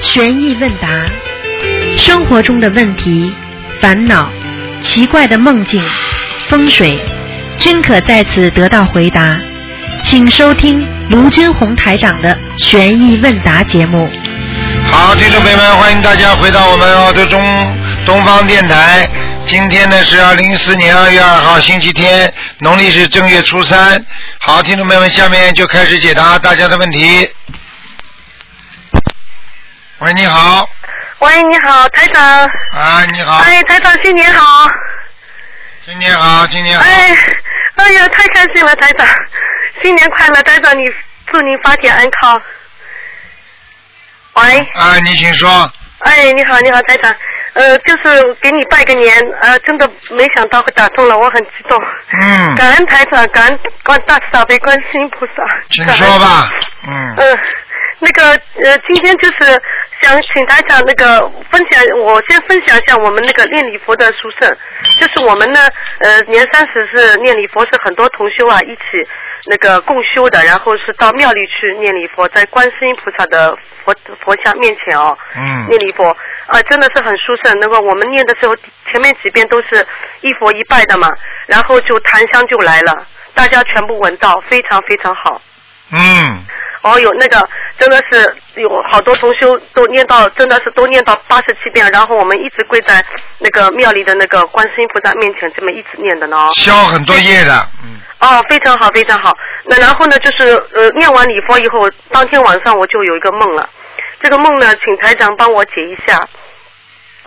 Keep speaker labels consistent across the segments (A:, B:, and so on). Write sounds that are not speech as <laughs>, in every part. A: 悬疑问答，生活中的问题、烦恼、奇怪的梦境、风水，均可在此得到回答。请收听卢军红台长的悬疑问答节目。
B: 好，听众朋友们，欢迎大家回到我们澳洲中东方电台。今天呢是二零一四年二月二号，星期天，农历是正月初三。好，听众朋友们，下面就开始解答大家的问题。喂，你好，
C: 喂，你好，台长。
B: 啊，你好，
C: 哎，台长，新年好。
B: 今天好，今天好，
C: 哎，哎呀，太开心了，台长， <laughs> 新年快乐，台长，你祝您法体安康。喂，
B: 啊，你请说，
C: 哎，你好，你好，台长，呃，就是给你拜个年，呃，真的没想到会打通了，我很激动，
B: 嗯，
C: 感恩台长，感恩观大慈大悲观世音菩萨。
B: 请
C: 感恩
B: 说吧，嗯，
C: 嗯，那个呃，今天就是想请台长那个分享，我先分享一下我们那个念礼佛的书圣，就是我们呢，呃，年三十是念礼佛，是很多同修啊一起那个共修的，然后是到庙里去念礼佛，在观世音菩萨的佛佛像面前哦，
B: 嗯
C: 念礼佛啊、真的是很殊胜。那个我们念的时候，前面几遍都是一佛一拜的嘛，然后就檀香就来了，大家全部闻到，非常非常好。
B: 嗯，
C: 哦，有那个真的是有好多同修都念到，真的是都念到八十七遍，然后我们一直跪在那个庙里的那个观世音菩萨面前，这么一直念的呢。
B: 消很多业的，嗯，
C: 哦，非常好，非常好。那然后呢，就是呃，念完礼佛以后，当天晚上我就有一个梦了。这个梦呢，请台长帮我解一下。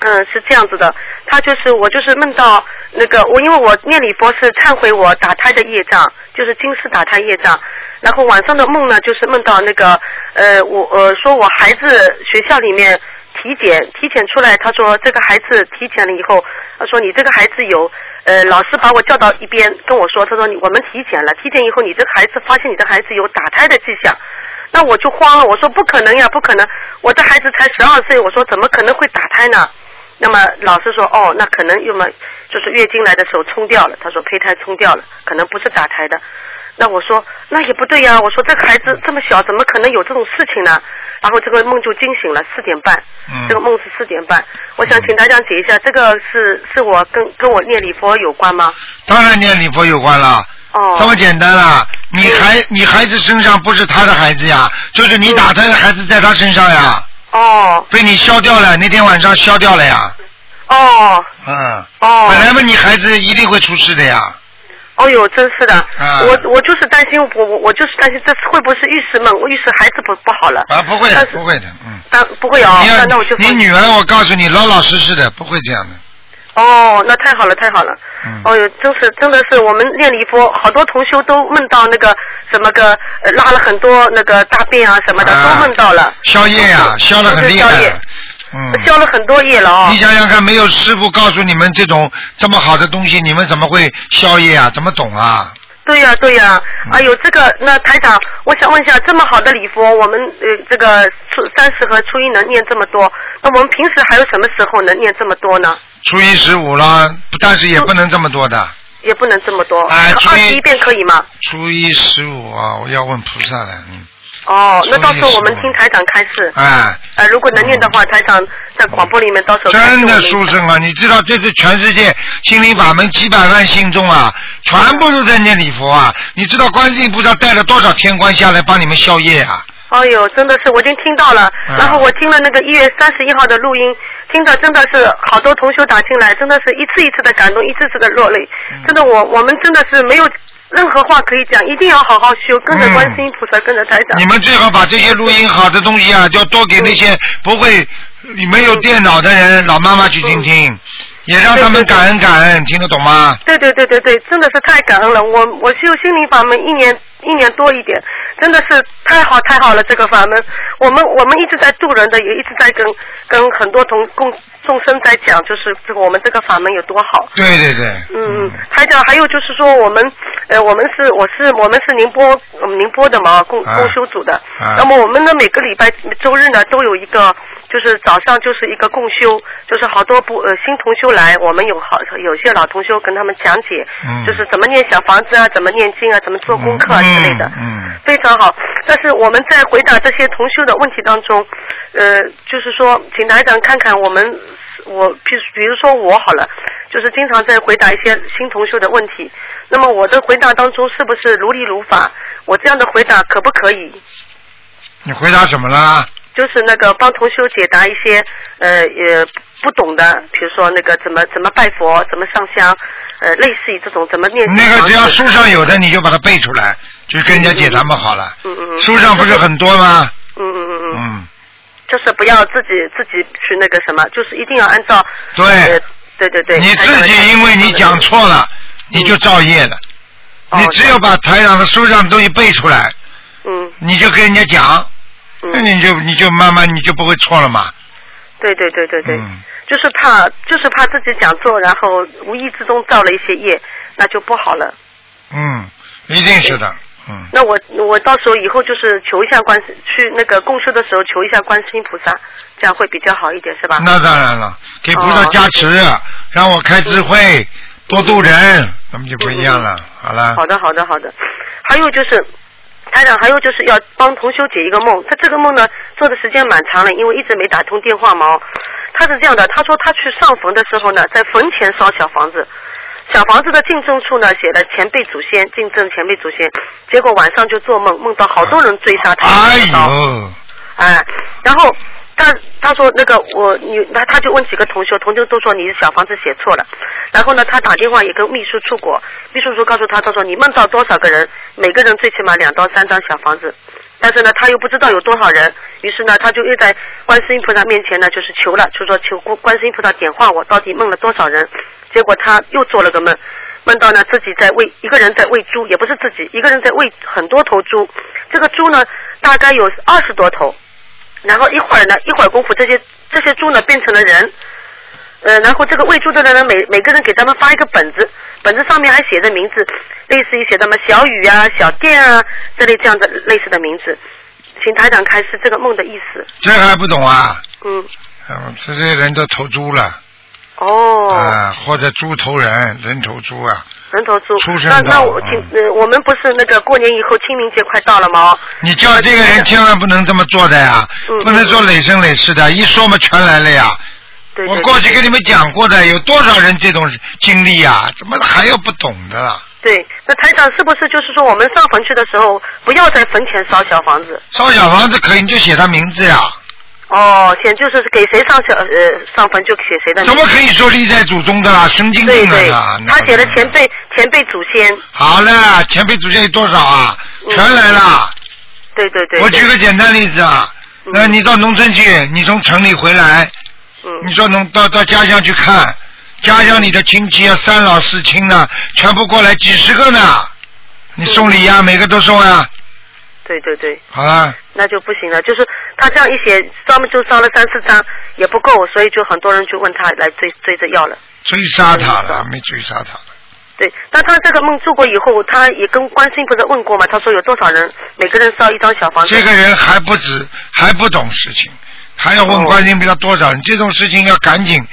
C: 嗯，是这样子的，他就是我就是梦到那个我，因为我念礼佛是忏悔我打胎的业障，就是今世打胎业障。然后晚上的梦呢，就是梦到那个呃，我呃说我孩子学校里面体检，体检出来，他说这个孩子体检了以后，他说你这个孩子有呃，老师把我叫到一边跟我说，他说你我们体检了，体检以后你这个孩子发现你的孩子有打胎的迹象。那我就慌了，我说不可能呀，不可能！我这孩子才十二岁，我说怎么可能会打胎呢？那么老师说，哦，那可能要么就是月经来的时候冲掉了，他说胚胎冲掉了，可能不是打胎的。那我说那也不对呀，我说这个孩子这么小，怎么可能有这种事情呢？然后这个梦就惊醒了，四点半，
B: 嗯
C: 这个梦是四点半。我想请大家解一下，这个是是我跟跟我念礼佛有关吗？
B: 当然念礼佛有关了。
C: 哦，
B: 这么简单啦！你孩你孩子身上不是他的孩子呀，就是你打胎的孩子在他身上呀，
C: 哦
B: 被你消掉了。那天晚上消掉了呀，
C: 哦
B: 嗯，
C: 哦，
B: 本来嘛，你孩子一定会出事的呀。
C: 哦呦，真是的，
B: 啊
C: 我我就是担心，我我我就是担心这会不会是预示梦？我预示孩子不不好了，
B: 啊，不会
C: 但
B: 的，
C: 是
B: 不会的，嗯。
C: 但不会哦，
B: 你
C: 那那我
B: 要
C: 就放
B: 你女儿，哦我告诉你，老老实实的，不会这样的。
C: 哦，那太好了，太好了。
B: 嗯
C: 哦呦，真是真的是我们练礼佛，好多同修都梦到那个什么个、呃拉了很多那个大便啊什么的，
B: 啊
C: 都梦到了，嗯
B: 消业呀，消的很厉害
C: 对消业。
B: 嗯。
C: 消了很多业了哦
B: 你。想想看，没有师傅告诉你们这种这么好的东西，你们怎么会消业啊？怎么懂啊？
C: 对呀、对呀、
B: 嗯
C: 哎呦，这个那台长，我想问一下，这么好的礼佛，我们呃这个初三十和初一能念这么多，那我们平时还有什么时候能念这么多呢？
B: 初一十五啦，但是也不能这么多的。
C: 也不能这么多，
B: 哎
C: 二
B: 注意
C: 十一遍可以吗？
B: 初一十五啊，我要问菩萨了，嗯，
C: 哦，那到时候
B: 注意
C: 我们
B: 是
C: 听台长开示。
B: 哎，
C: 呃，如果能念的话，台长在广播里面到时候开示
B: 真的
C: 我
B: 殊
C: 们
B: 胜啊！你知道这次全世界心灵法门几百万信众啊，全部都在念礼佛啊！你知道观世音菩萨带了多少天官下来帮你们消业啊？
C: 哎呦，真的是，我已经听到了。
B: 嗯
C: 然后我听了那个一月三十一号的录音，听的真的是好多同修打进来，真的是一次一次的感动，一次次的落泪。
B: 嗯
C: 真的，我我们真的是没有任何话可以讲，一定要好好修，跟着
B: 嗯
C: 观世音菩萨，跟着台长
B: 你。们最好把这些录音好的东西啊，要多给那些不会、没有电脑的人老妈妈去听听，也让他们感恩感恩，听得懂吗？
C: 对对对对对，真的是太感恩了。我我修心灵法门一年一年多一点，真的是太好太好了这个法门。我们我们一直在度人的，也一直在跟跟很多同共众生在讲，就是这个我们这个法门有多好。
B: 对对对，
C: 嗯，台长，还有就是说，我们，呃，我们是我是我们是宁波、呃宁波的嘛，共
B: 啊
C: 共修组的。
D: 哎
B: 啊
C: 那么我们呢，每个礼拜周日呢，都有一个，就是早上就是一个共修，就是好多不呃新同修来，我们有好有些老同修跟他们讲解，
B: 嗯
C: 就是怎么念小房子啊，怎么念经啊，怎么做功课啊之类的。
B: 嗯嗯嗯
C: 非常好。但是我们在回答这些同修的问题当中，呃，就是说，请台长看看我们，我比比如说我好了，就是经常在回答一些新同修的问题。那么我的回答当中是不是如理如法？我这样的回答可不可以？
B: 你回答什么啦？
C: 就是那个帮同修解答一些呃呃不懂的，比如说那个怎么怎么拜佛，怎么上香，呃，类似于这种怎么念。
B: 那个只要书上有的，你就把它背出来，就跟人家解答嘛好了。
C: 嗯嗯嗯
B: 书上不是很多吗？
C: 嗯嗯嗯嗯，
B: 嗯，
C: 就是不要自己自己去那个什么，就是一定要按照
B: 对
C: 呃对对对，
B: 你自己因为你讲错了，你就造业了。
C: 嗯哦，
B: 你只有把台长的书上的东西背出来，
C: 嗯
B: 你就跟人家讲，那
C: 嗯，
B: 你就你就慢慢你就不会错了嘛。
C: 对对对对对，
B: 嗯，
C: 就是怕就是怕自己讲错，然后无意之中造了一些业，那就不好了。
B: 嗯，一定是
C: 哎
B: 的。嗯，
C: 那我我到时候以后就是求一下观世，去那个共修的时候求一下观世音菩萨，这样会比较好一点，是吧？
B: 那当然了，给菩萨加持，
C: 哦
B: 让我开智慧，
C: 嗯
B: 多度人，那么就不一样了。好了，
C: 好的，好的，好的。还有就是，台长，还有就是要帮同修解一个梦。他这个梦呢，做的时间蛮长了，因为一直没打通电话嘛。哦他是这样的，他说他去上坟的时候呢，在坟前烧小房子，小房子的进证处呢写了前辈祖先，进证前辈祖先。结果晚上就做梦，梦到好多人追杀他，
B: 哎
C: 然后
B: 呦，
C: 哎，然后他他说那个我你他他就问几个同学，同学都说你小房子写错了。然后呢，他打电话也跟秘书出国，秘书处告诉他，他说你梦到多少个人，每个人最起码两到三张小房子。但是呢，他又不知道有多少人，于是呢，他就又在观世音菩萨面前呢，就是求了，就说求观观世音菩萨点化我，到底梦了多少人？结果他又做了个梦，梦到呢自己在喂一个人在喂猪，也不是自己，一个人在喂很多头猪，这个猪呢大概有二十多头，然后一会儿呢，一会儿功夫，这些这些猪呢变成了人，呃，然后这个喂猪的人呢，每每个人给他们发一个本子，本子上面还写着名字，类似于写他们小雨啊、小店啊这类这样的类似的名字，请台长开示这个梦的意思。
B: 这还不懂啊？
C: 嗯，
B: 嗯，这些人都投猪了
C: 哦，
B: 啊，或者猪头人，人头猪啊。
C: 人头猪
B: 出，生
C: 那
B: 到
C: 那我
B: 嗯
C: 请、呃，我们不是那个过年以后清明节快到了吗？哦
B: 你叫这个人千万不能这么做的呀，
C: 嗯
B: 不能做累生累世的，一说嘛全来了呀。
C: 对
B: 我
C: 对
B: 过去跟你们讲过的，有多少人这种经历呀？怎么还有不懂的啦？
C: 对，那台长是不是就是说我们上坟去的时候，不要在坟前烧小房子？
B: 烧小房子可以，你就写他名字呀，
C: 哦，显就是给谁上小呃上坟就写谁的名
B: 怎
C: 字。
B: 么可以说历代祖宗的啦？神经
C: 对
B: 病
C: 对
B: 了啦！，那
C: 他写了前。辈前辈祖先，
B: 好了，前辈祖先有多少啊？
C: 嗯
B: 全来了。
C: 对对对。
B: 我
C: 对
B: 举个简单例子啊，
C: 嗯
B: 那你到农村去，你从城里回来，你
C: 嗯
B: 说能到到家乡去看，家乡里的亲戚啊，三老四亲呢，全部过来几十个呢，你送礼
C: 嗯
B: 呀、每个都送啊，
C: 对对对，
B: 好了，
C: 那就不行了。就是他这样一写，专门就烧了三四张也不够，所以就很多人就问他来追追着要了。
B: 追杀他了，没追杀他了，
C: 对，但他这个梦做过以后，他也跟观世音菩萨问过嘛，他说有多少人，每个人烧一张小房子。
B: 这个人还不止，还不懂事情，还要问
C: 哦
B: 关心比他多少，你这种事情要赶紧。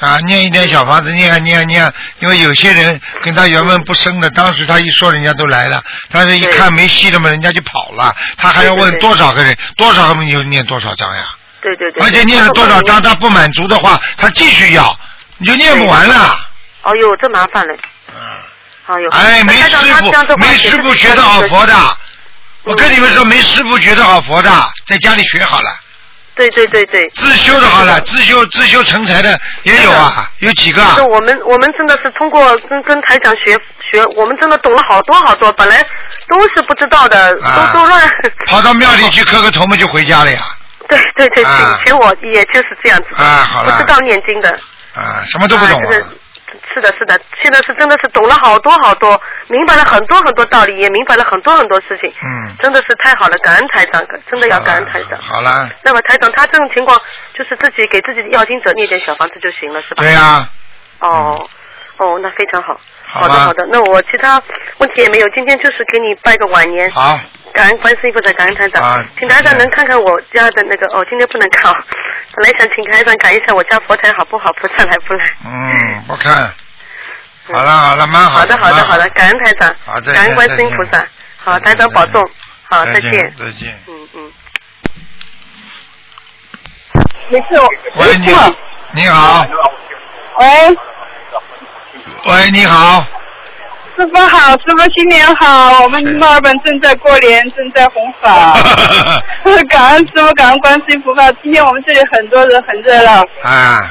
B: 啊，念一点小房子，念啊念啊念啊，因为有些人跟他缘分不深的，当时他一说人家都来了，但是一
C: 对
B: 看没戏了嘛，人家就跑了，他还要
C: 对对
B: 问
C: 对
B: 多少个人，多少个人你就念多少张呀？
C: 对对对。
B: 而且念了多少张，他不满足的话，他继续要，你就念不完了。
C: 哎呦，这麻烦了。哎呦。
B: 嗯哎，没
C: 那台
B: 师
C: 长他这样的
B: 傅，
C: 话
B: 没师傅学得好佛。的。我跟你们说，没师傅学得好佛的，在家里学好了，
C: 对对对对。
B: 自修的好了，自修自修成才的也有啊，有几个啊
C: 那？我们我们真的是通过跟跟台长学学，我们真的懂了好多好多，本来都是不知道的，
B: 啊
C: 都都乱。 <laughs>
B: 跑到庙里去磕个头嘛，就回家了呀。
C: 对对对，
B: 啊
C: 以前我也就是这样子的，
B: 啊好了
C: 不知道念经的，
B: 啊，什么都不懂
C: 啊
B: 啊
C: 这。个是的，是的，现在是真的是懂了好多好多，明白了很多很多道理，也明白了很多很多事情，
B: 嗯，
C: 真的是太好了，感恩台长，真的要感恩台长。
B: 好了，
C: 那么台长，他这种情况就是自己给自己的要经者念点小房子就行了，是吧？
B: 对呀，嗯
C: 哦，哦，那非常好。
B: 好
C: 的，
B: 吧
C: 好的。那我其他问题也没有，今天就是给你拜个晚年，
B: 好，
C: 感恩观世音菩萨，感恩台长。
B: 啊
C: 请台长
B: 嗯
C: 能看看我家的那个哦，今天不能看哦。本来想请台长看一下我家佛台好不好，菩萨来不来？
B: 嗯，我看，
C: 嗯
B: 好了好了，蛮
C: 好的，好
B: 蛮
C: 的，好的，感恩台长，
B: 好再见
C: 感恩观世音菩
B: 再
C: 萨
B: 见。
C: 好，台长保重。好，再
B: 见
C: 见。
B: 再见。
C: 嗯嗯。
E: 没事，我
B: 喂，你你好，
E: 喂，
B: 喂，你好，
E: 师傅好，师傅新年好，我们墨尔本正在过年，正在弘
B: <laughs>
E: 法， <laughs> 感恩师傅，感恩观世音菩萨。今天我们这里很多人，很热闹。
B: 啊，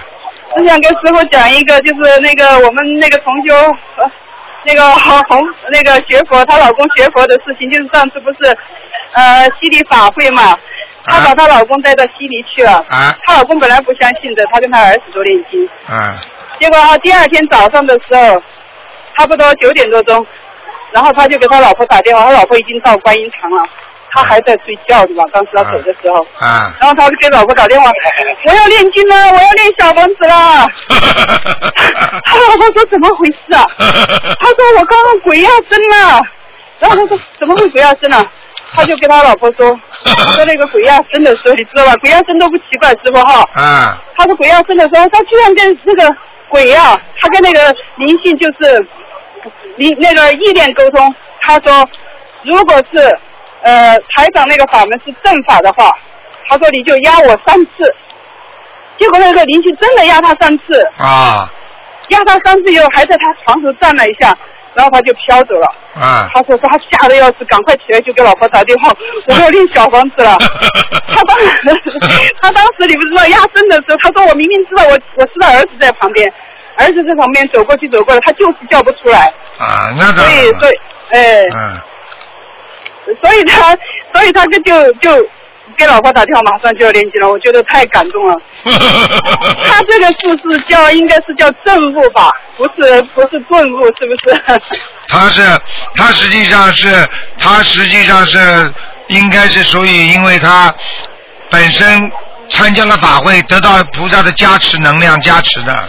E: 我想跟师傅讲一个，就是那个我们那个同修，呃那个红那个学佛，她老公学佛的事情，就是上次不是呃西里法会嘛，她把她老公带到西里去了
B: 啊，
E: 她老公本来不相信的，她跟她儿子读念经，
B: 啊，
E: 结果他第二天早上的时候，差不多九点多钟，然后他就给他老婆打电话，他老婆已经到观音堂了，他还在睡觉，对吧？当时他走的时候，
B: 啊，
E: 然后他就给老婆打电话，我要念经了，啊我要念小房子啦。他老婆说怎么回事啊？他说我刚刚鬼压身了，然后他说怎么会鬼压身了、他就跟他老婆说，说那个鬼压身的时候，你知道吧？鬼压身都不奇怪，师傅哈。
B: 啊，
E: 他说鬼要生的时候，他居然跟那个鬼啊，他跟那个灵性就是灵那个意念沟通。他说，如果是呃台长那个法门是正法的话，他说你就压我三次。结果那个灵性真的压他三次，
B: 啊，
E: 压他三次以后还在他床头站了一下，然后他就飘走了。
B: 啊，
E: 他说他吓得要死，赶快起来就给老婆打
B: <laughs>
E: 电话，我要练小房子了。他当 <laughs> 时他当时你不知道压身的时候，他说我明明知道我我知道儿子在旁边，儿子在旁边走过去走过来，他就是叫不出来，
B: 啊，那当
E: 所以
B: 然
E: 所
B: 了，
E: 以哎、
B: 嗯，
E: 所以他所以他就就就给老婆打电话，马上就要练级了，我觉得太感动
B: <laughs>
E: 了。他这个术是叫应该是叫正悟吧，不是不是顿悟，是 <laughs> 不是？
B: 他是他实际上是他实际上是应该是属于因为他本身参加了法会，得到菩萨的加持能量加持的。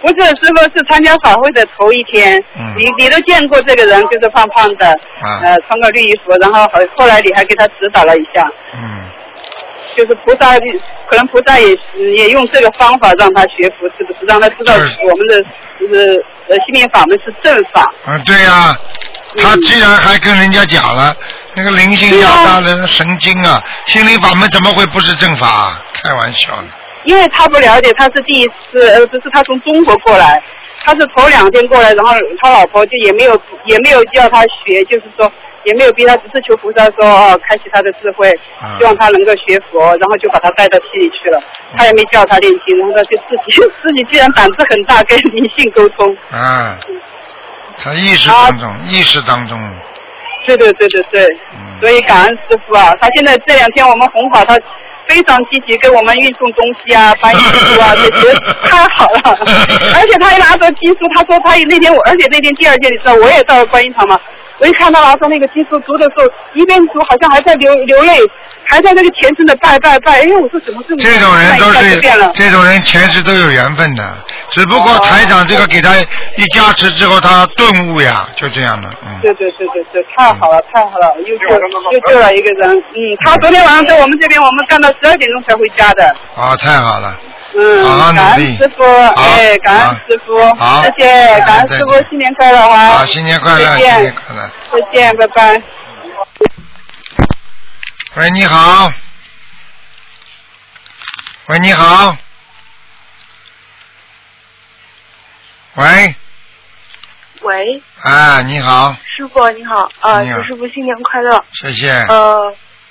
E: 不是，师傅是参加法会的头一天，
B: 嗯
E: 你你都见过这个人，就是胖胖的，
B: 啊
E: 呃，穿个绿衣服，然后后后来你还给他指导了一下，
B: 嗯，
E: 就是菩萨，可能菩萨也也用这个方法让他学佛，是不是？让他知道
B: 是
E: 我们的就是呃心灵法门是正法，
B: 啊，对呀、他居然还跟人家讲了，那个灵性压他的神经啊，心灵法门怎么会不是正法、啊？开玩笑呢。
E: 因为他不了解，他是第一次，呃，不是他从中国过来，他是头两天过来，然后他老婆就也没有也没有叫他学，就是说也没有逼他，只是求菩萨说哦，开启他的智慧
B: 啊，嗯
E: 希望他能够学佛，然后就把他带到西里去了，他也没叫他练经，然后他就自己 <laughs> 自己居然胆子很大，跟灵性沟通，
B: 啊，他意识当中，意识当中，
E: 对对对对对，
B: 嗯
E: 所以感恩师傅啊，他现在这两天我们弘法，他非常积极给我们运送东西
B: <laughs>
E: 啊，搬衣服啊，这些太好了。而且他一拿着经书，他说他那天我，而且那天第二天你知道我也到了观音堂嘛，我一看他拿着那个经书读的时候，一边读好像还在流流泪，还在那个虔诚的拜拜拜。哎呦，我说怎么这么
B: 这种人都
E: 看
B: 是
E: 一下嗯就变了，哦
B: 这种人前世都有缘分的，只不过台长这个给他一加持之后，他顿悟呀，就这样的，嗯，
E: 对对对对对，太好了太好了，又救又救了一个人。嗯，他昨天晚上在我们这边，我们干到十二点钟才回家的。
B: 好，太好了，
E: 嗯，
B: 好好努
E: 感
B: 力
E: 恩师傅，
B: 好
E: 哎，感
B: 好
E: 恩师傅，
B: 好
E: 谢谢，感恩师傅
B: 再见，
E: 新年快乐啊！
B: 好，新年快乐，
E: 再
B: 新年
E: 见，
B: 快乐。
E: 再见，拜拜。
B: 喂，你好，喂，你好，喂，
F: <laughs> 喂，
B: 啊，你好，
F: 师傅你好，呃，
B: 你好
F: 祝师傅新年快乐。
B: 谢谢，
F: 呃，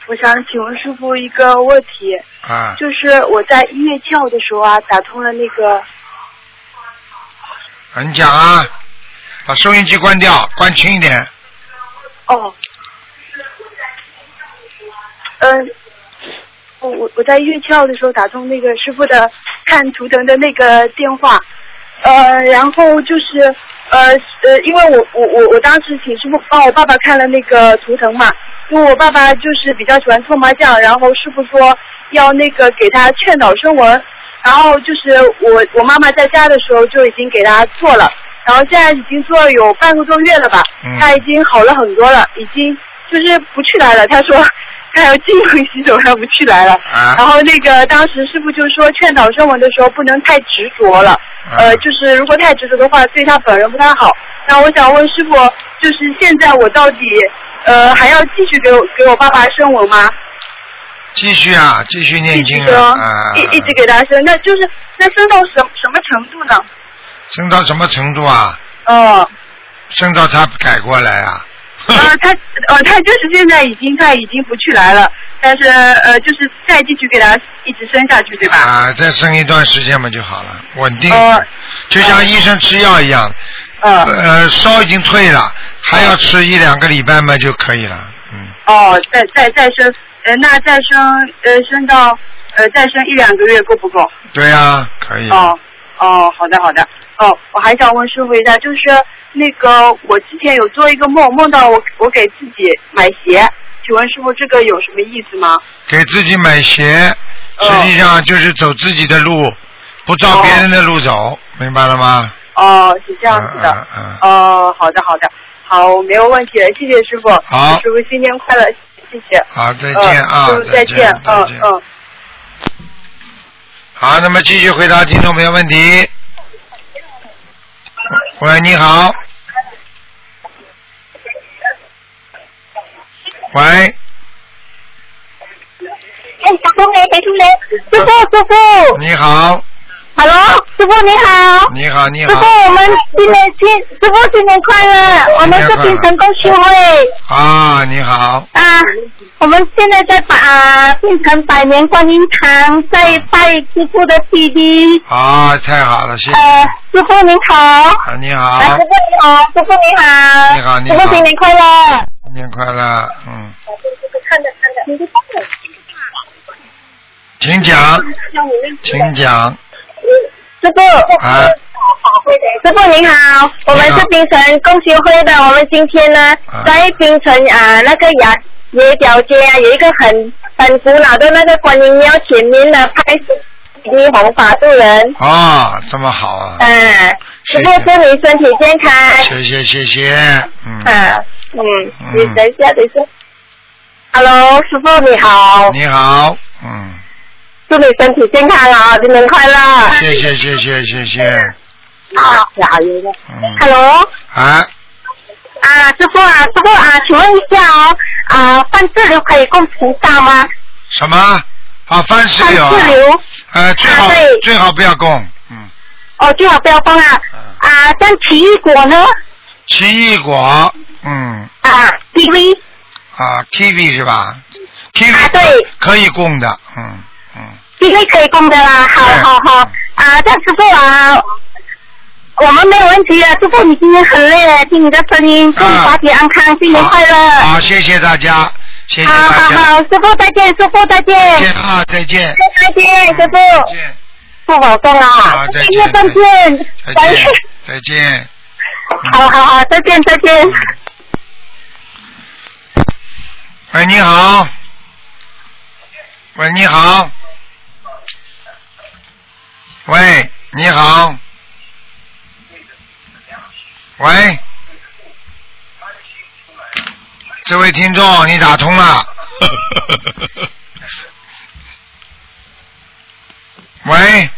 F: 我想请问师傅一个问题，
B: 啊，
F: 就是我在一月七号的时候啊，打通了那个，
B: 你讲啊，把收音机关掉，关轻一点，
F: 哦，嗯、我我我在一月七号的时候打通那个师傅的看图腾的那个电话，呃，然后就是呃呃，因为我我我我当时请师傅帮我爸爸看了那个图腾嘛，因为我爸爸就是比较喜欢搓麻将，然后师傅说要那个给他劝导声纹，然后就是我我妈妈在家的时候就已经给他做了，然后现在已经做了有半个多月了吧
B: 嗯，
E: <laughs>
F: 他已经好了很多了，已经就是不去拿了，他说。
E: 还有金盆洗手上不去来了。
B: 啊
E: 然后那个当时师傅就说，劝导生文的时候不能太执着了，
B: 啊
E: 呃，就是如果太执着的话，对他本人不太好。那我想问师傅，就是现在我到底呃还要继续给我给我爸爸生文吗？
B: 继续啊，继续念经
E: 一直
B: 啊，
E: 生，
B: 啊，
E: 一一直给他生，那就是那生到什什么程度呢？
B: 升到什么程度啊？ <laughs>
E: 哦，
B: 升到他改过来啊？
E: 呃，他呃他就是现在已经他已经不去来了，但是呃就是再继续给他一直生下去，对吧？
B: 啊，再生一段时间嘛就好了，稳定
E: 哦，
B: 就像医生吃药一样，
E: 嗯、
B: 呃，烧已经退了，还要吃一两个礼拜嘛就可以了，嗯，
E: 哦，再再再生，呃，那再生呃生到呃再生一两个月够不够？
B: 对啊，可以，
E: 哦哦，好的好的。哦，我还想问师傅一下，就是那个我之前有做一个梦，梦到我我给自己买鞋，请问师傅这个有什么意思吗？
B: 给自己买鞋，
E: 哦
B: 实际上就是走自己的路，不照别人的路走，明白了吗？
E: 哦，是这样子的。
B: 嗯嗯
E: 哦，好的好的，好，没有问题了，谢谢师傅。
B: 好
E: 师傅新年快乐，谢谢。
B: 好，再见啊，
E: 嗯师傅再见
B: 见，，
E: 嗯
B: 再见。
E: 嗯。
B: 好，那么继续回答听众朋友问题。喂，你好。喂，
G: 哎，打通嘞，打通嘞，师傅，师傅
B: 你好，
G: ，Hello，师傅你好，
B: 你好，你
G: 师
B: 好，
G: 傅，我们新年新，师傅新年快乐，我们是平成功学会
B: 啊，你好，
G: 啊，我们现在在把啊变成百年观音堂，在拜师傅的弟弟，
B: 啊，太好了，谢谢，
G: 呃，师傅您好，
B: 啊，你
G: 啊，
B: 好
G: 师，傅你好，师傅你好，
B: 你好你好
G: 师傅新年快乐。
B: 新年快乐，嗯，请讲，请讲，
G: 师傅，
B: 啊
G: 师傅您好，我们
B: 你好
G: 是槟城共修会的，我们今天呢
B: 啊
G: 在槟城啊那个雅野角街啊有一个很很古老的那个观音庙前面呢拍霓虹法度人，
B: 啊，这么好啊，
G: 嗯、
B: 谢
G: 师
B: 谢
G: 傅祝你身体健康，
B: 谢谢谢谢，嗯，
G: 啊，嗯，
B: 嗯
G: 你等一下，等一下。Hello，师傅你好，
B: 你好，嗯，
G: 祝你身体健康啊，新年快乐。
B: 谢谢谢谢谢谢，
G: 啊
B: 嗯，
G: ，Hello。
B: 啊。
G: 啊，师傅啊，师傅啊，请问一下哦，啊，放自流可以供菩萨吗？
B: 什么？啊，番石
G: 放
B: 榴、啊。
G: 自流，
B: 呃，最好、
G: 啊对
B: 最好不要供。嗯。
G: 哦，最好不要放啊。啊，但奇异果呢？
B: 奇异果，嗯，
G: 啊，TV
B: 啊，kiwi 是吧？kiwi、
G: 啊对
B: 可以供的，嗯嗯。
G: TV 可以供的啦，好
B: 对
G: 好好。啊，但师傅啊，我们没有问题了，啊师傅你今天很累了，听你的声音，祝你
B: 啊
G: 法体安康，新年
B: 好
G: 快乐。
B: 好，谢谢大家，谢谢
G: 嗯好
B: 大
G: 好
B: 家，
G: 好，师傅再见，师傅再见，
B: 再见啊，再见，嗯
G: 再见，师
B: 再
G: 傅，
B: 见，
G: 不保重
B: 好
G: 啊，
B: 再
G: 师
B: 见
G: 傅再见，
B: 再见，再见。
G: 好好好，再见再见。
B: 喂，你好。喂，你好。喂，你好。喂，这位听众，你打通了。喂，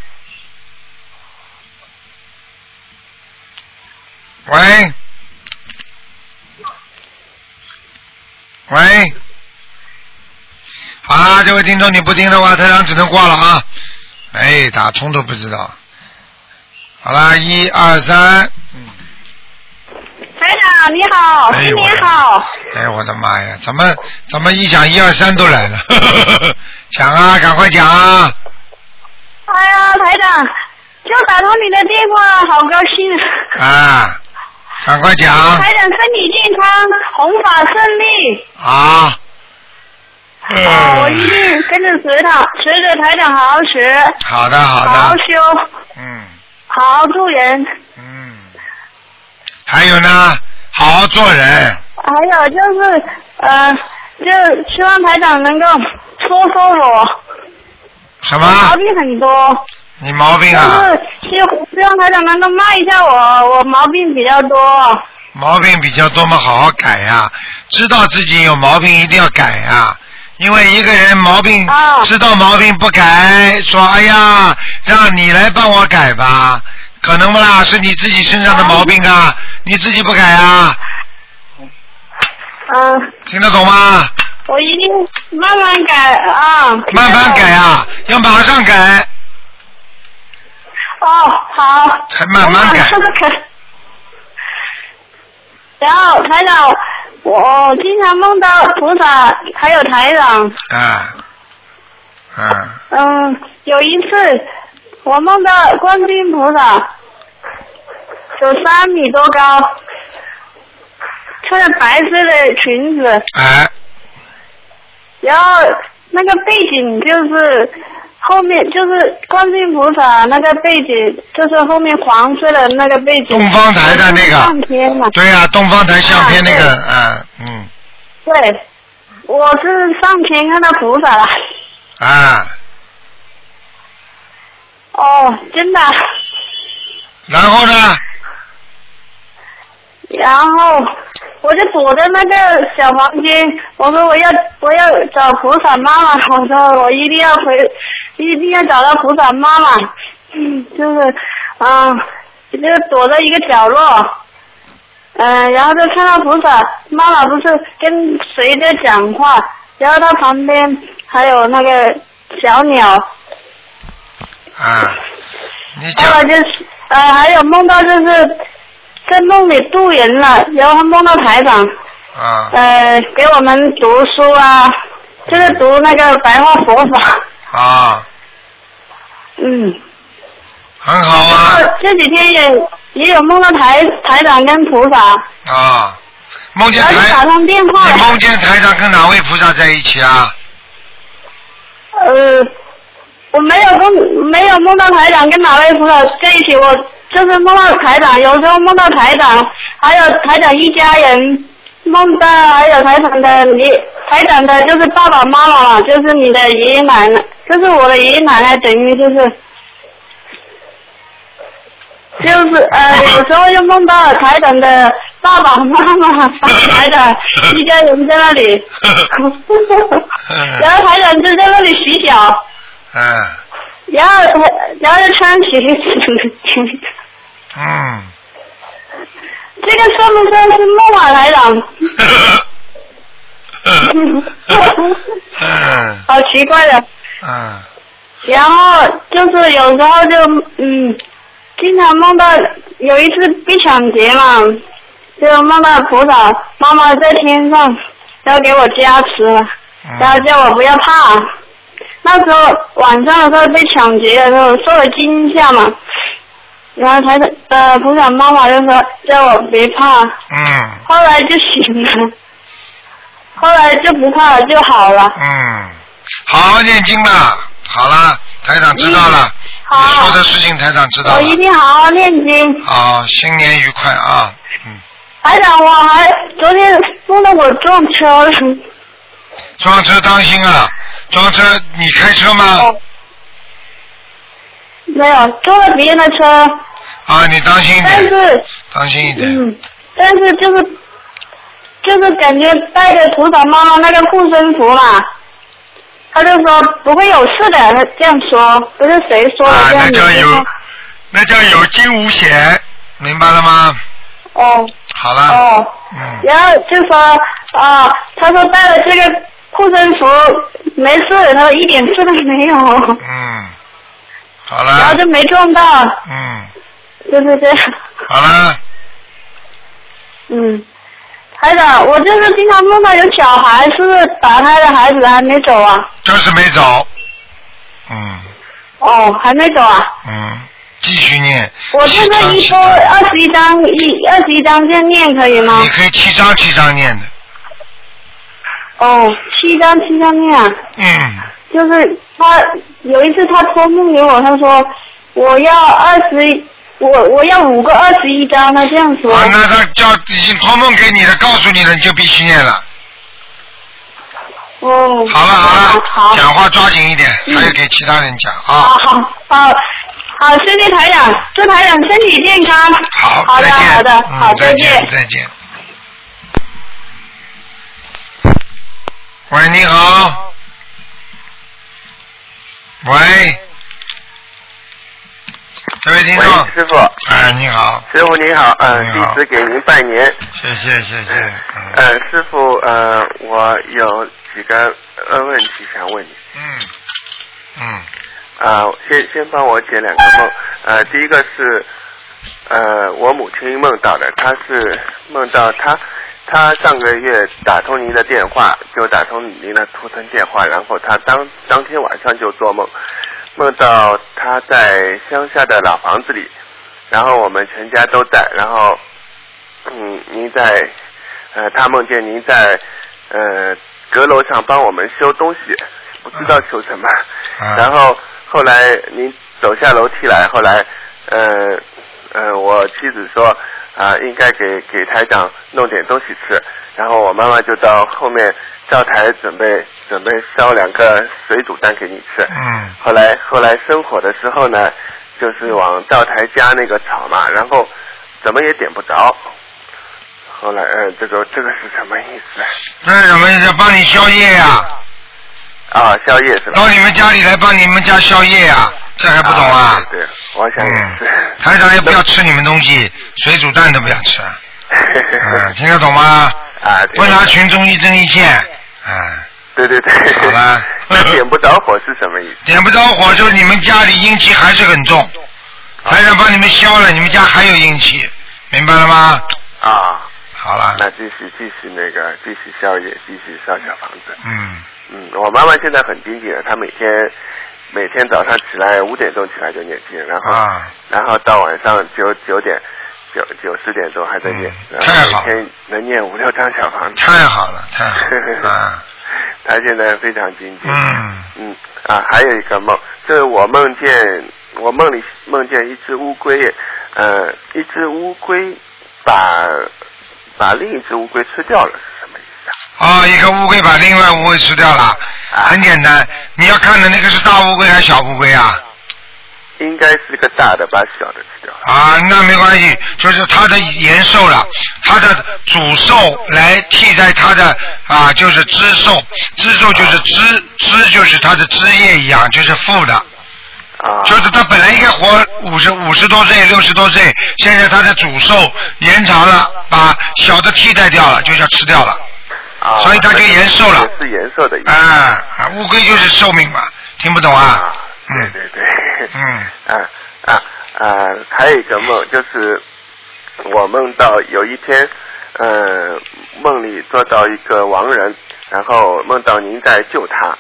B: 喂，喂，好啦，这位听众，你不听的话，台长只能挂了啊。哎，打通都不知道。好啦，一二三，
G: 台长哎你好，
B: 哎
G: 新
B: 呦
G: 年好，
B: 哎，我的妈呀，怎么怎么一讲一二三都来了？ <laughs> 讲啊，赶快讲啊！
G: 哎呀，台长，就打通你的电话，好高兴。
B: 啊，赶快讲
G: 台长身体健康，弘法顺利。
B: 啊！
G: 哦，我一
B: 嗯，
G: 定跟着学堂，学着台长好好学，
B: 好的，
G: 好
B: 好
G: 好
B: 的，
G: 修，
B: 嗯
G: 好好助人。
B: 嗯，还有呢，好好做人。
G: 还有就是，呃，就希望台长能够说说我，
B: 什
G: 毛
B: 么？
G: 病很多，
B: 你毛
G: 就
B: 病
D: 呃
B: 啊？
D: 嗯
G: 是希希望台长能够骂一下我，我毛病比较多。
D: 呃
B: 啊毛病比较多嘛，好好改呀、知道自己有毛病，一定要改呀、啊因为一个人毛病、
D: 哦
B: 知道毛病不改，说哎呀，让你来帮我改吧，可能不啦？是你自己身上的毛病啊，你自己不改啊，
D: 嗯、
B: 听得懂吗？
D: 我一定慢慢改啊。
B: 慢慢改啊，要马上改，
D: 哦，好。
B: 还慢慢改
D: 我马上改。 <laughs> 然后台长，我经常梦到菩萨，还有台长。
B: 啊，啊，
D: 嗯，有一次我梦到观世音菩萨，有三米多高，穿着白色的裙子，
B: 哎，
D: 然后那个背景就是后面就是观世音菩萨那个背景，就是后面黄色的那个背景。
B: 东方台的那个
D: 相片嘛，
B: 对呀、东方台相片那个，啊，嗯，
D: 对，我是上天看到菩萨了。
B: 啊，
D: 哦，真的。
B: 然后呢？
D: 然后我就躲在那个小房间，我说我要我要找菩萨妈妈，我说我一定要回，一定要找到菩萨妈妈， <laughs> 嗯，就是，嗯，就躲在一个角落，嗯，然后就看到菩萨妈妈不是跟谁在讲话，然后她旁边还有那个小鸟，
B: 啊，你
D: 还有
B: 讲
D: 就是呃还有梦到就是在梦里渡人了，然后还梦到台长。
B: 啊
D: 呃，给我们读书啊，就是读那个白话佛法，
B: 啊，
D: 嗯，
B: 很好
D: 然
B: 啊
D: 后这几天也也有梦到台台长跟菩萨，
B: 啊，梦见
D: 然后就打
B: 台，
D: 通电话
B: 你
D: 了，
B: 梦见台长跟哪位菩萨在一起啊？
D: 呃，我没有梦没有梦到台长跟哪位菩萨在一起，我就是梦到台长，有时候梦到台长，还有台长一家人，梦到还有台长的你台长的就是爸爸妈妈，就是你的爷爷奶奶，就是我的爷爷奶奶，等于就是。就是呃，有时候又梦到台长的爸爸妈妈，台长一家人在那里，然后台长就在那里洗脚，
B: 嗯
D: 然后然后就穿 <laughs> 鞋子，
B: 嗯，
D: 这个算不算是梦啊，台长？
B: 嗯
D: 好奇怪的。
B: 嗯
D: 然后就是有时候就嗯，经常梦到有一次被抢劫嘛，就梦到菩萨妈妈在天上，然后给我加持了，然后
B: 嗯，
D: 叫我不要怕。啊那时候晚上的时候被抢劫的时候受了惊吓嘛，然后才呃菩萨妈妈就说叫我别怕，
B: 嗯
D: 后来就醒了，后来就不怕了就好了。
B: 嗯，好好念经啦，好啦，台长知道了，你说
D: 嗯好，
B: 的事情台长知道
D: 我一
B: 了，
D: 定好好念经。
B: 好，新年愉快啊，嗯，
D: 台长，我还昨天梦到我撞车了，
B: 撞车当心啊，撞车你开车
D: 哦
B: 吗？
D: 没有撞了别人的车，
B: 啊，你当心一
D: 但
B: 点，
D: 是
B: 当心一点，
D: 嗯，但是就是就是感觉带着土长妈妈那个护身符嘛，他就说不会有事的，他这样说，不是谁说的、
B: 啊，
D: 这
B: 那
D: 样
B: 叫
D: 子
B: 有，那叫有惊无险，明白了吗？
D: 哦
B: 好
D: 哦。
B: 了，嗯。
D: 然后就说啊、他说带了这个护身符没事，他说一点事都没有，
B: 嗯，好
D: 然后
B: 了
D: 就，没撞到，
B: 嗯，
D: 就是这样。
B: 好了，
D: 嗯，台长，我就是经常梦到有小孩，是不是打胎的孩子还没走啊？
B: 就是没走，嗯
D: 哦，还没走啊？
B: 嗯，继续念，
D: 我就
B: 七章
D: 是一
B: 七
D: 波
B: 章
D: 二十一张，一二十一张这样念可以吗
B: 你？可以七张七张念的，
D: 哦，七张七张念啊。
B: 嗯
D: 就是他有一次他托梦给我，他说我要二十，我我要五个二十一张，他这样说。
B: 啊，那他叫已经托梦给你了，告诉你了，你就必须念了。
D: 哦。
B: 好了好
D: 好
B: 了，讲话抓紧一点，
D: 嗯
B: 还要给其他人讲
D: 好
B: 啊。
D: 好好好，谢谢台长，祝台长身体健康。
B: 好，
D: 好
B: 再见，
D: 的好的
B: 嗯
D: 好
B: 再
D: 再
B: 见，
D: 见
B: 再见。喂，你好，喂，这位听
H: 喂
B: 众，，
H: 师傅，
B: 哎，你好，
H: 师傅您好，嗯、
B: 你
H: 弟
B: 好
H: 子给您拜年。
B: 谢谢谢谢，
H: 嗯、
B: 嗯
H: 师傅，呃，我有几个呃问题想问你。
B: 嗯嗯，
H: 啊、先先帮我解两个梦。呃，第一个是，呃，我母亲梦到的，她是梦到她，她上个月打通您的电话，就打通您的图腾电话，然后她当当天晚上就做梦，梦到她在乡下的老房子里，然后我们全家都在，然后，嗯，您在，呃，她梦见您在，呃，阁楼上帮我们修东西，不知道修什么。
B: 啊
H: 然后后来您走下楼梯来，后来呃呃，我妻子说啊、应该给给台长弄点东西吃，然后我妈妈就到后面灶台准备准备烧两个水煮蛋给你吃。
B: 嗯
H: 后来后来生火的时候呢，就是往灶台加那个草嘛，然后怎么也点不着。后来，呃，这个这个是什么意思？
B: 这是什么意思？帮你宵夜呀、
H: 啊，宵夜是吧
B: 到？你们家里来帮你们家宵夜呀、这还不懂啊？
H: 对，对我想也是。
B: 嗯，台长也不要吃你们东西，水煮蛋都不要吃，啊
H: <laughs>
B: 嗯，听得懂吗？
H: 啊，对
B: 不拿群众一针一线，嗯，
H: 对对对，
B: 好
H: <laughs>
B: 吧
H: 那点不着火是什么
B: <laughs>
H: 意思？
B: 点不着火就是你们家里阴气还是很重，台长帮你们消了，你们家还有阴气，明白了吗？
H: 啊，
B: 好了，
H: 那继续继续那个继续宵夜，继续烧小房子。
B: 嗯，
H: 嗯，我妈妈现在很精进的，她每天每天早上起来五点钟起来就念经，然后、
B: 啊，
H: 然后到晚上九九点九九十点钟还在念，
B: 嗯
H: 然
B: 太
H: 后
B: 好
H: 每天能念五六张小房子。
B: 太好
H: <laughs>
B: 了，太好了，啊，
H: 她现在非常精进。
B: 嗯，
H: 嗯啊，还有一个梦，就是我梦见我梦里梦见一只乌龟，呃，一只乌龟把把另一只乌龟吃掉了，是什么意思
B: 哦，一个乌龟把另外乌龟吃掉了，
H: 啊
B: 很简单，你要看的那个是大乌龟还是小乌龟啊？
H: 啊？应该是个大的把小的吃掉了。
B: 啊，那没关系，就是他的延寿了，他的主寿来替代他的啊，就是支寿，支寿就是支支就是他的枝叶一样，就是负的，
H: 啊，
B: 就是他本来应该活五十五十多岁、六十多岁，现在他的主寿延长了，把小的替代掉了，就叫吃掉了，
H: 啊，
B: 所以它就延寿了
H: 是延寿的意思。
B: 啊，啊乌龟就是寿命嘛，听不懂啊？
H: 对对对。
B: 嗯
H: <laughs> 啊啊啊！还有一个梦，就是我梦到有一天，呃，梦里做到一个亡人，然后梦到您在救他，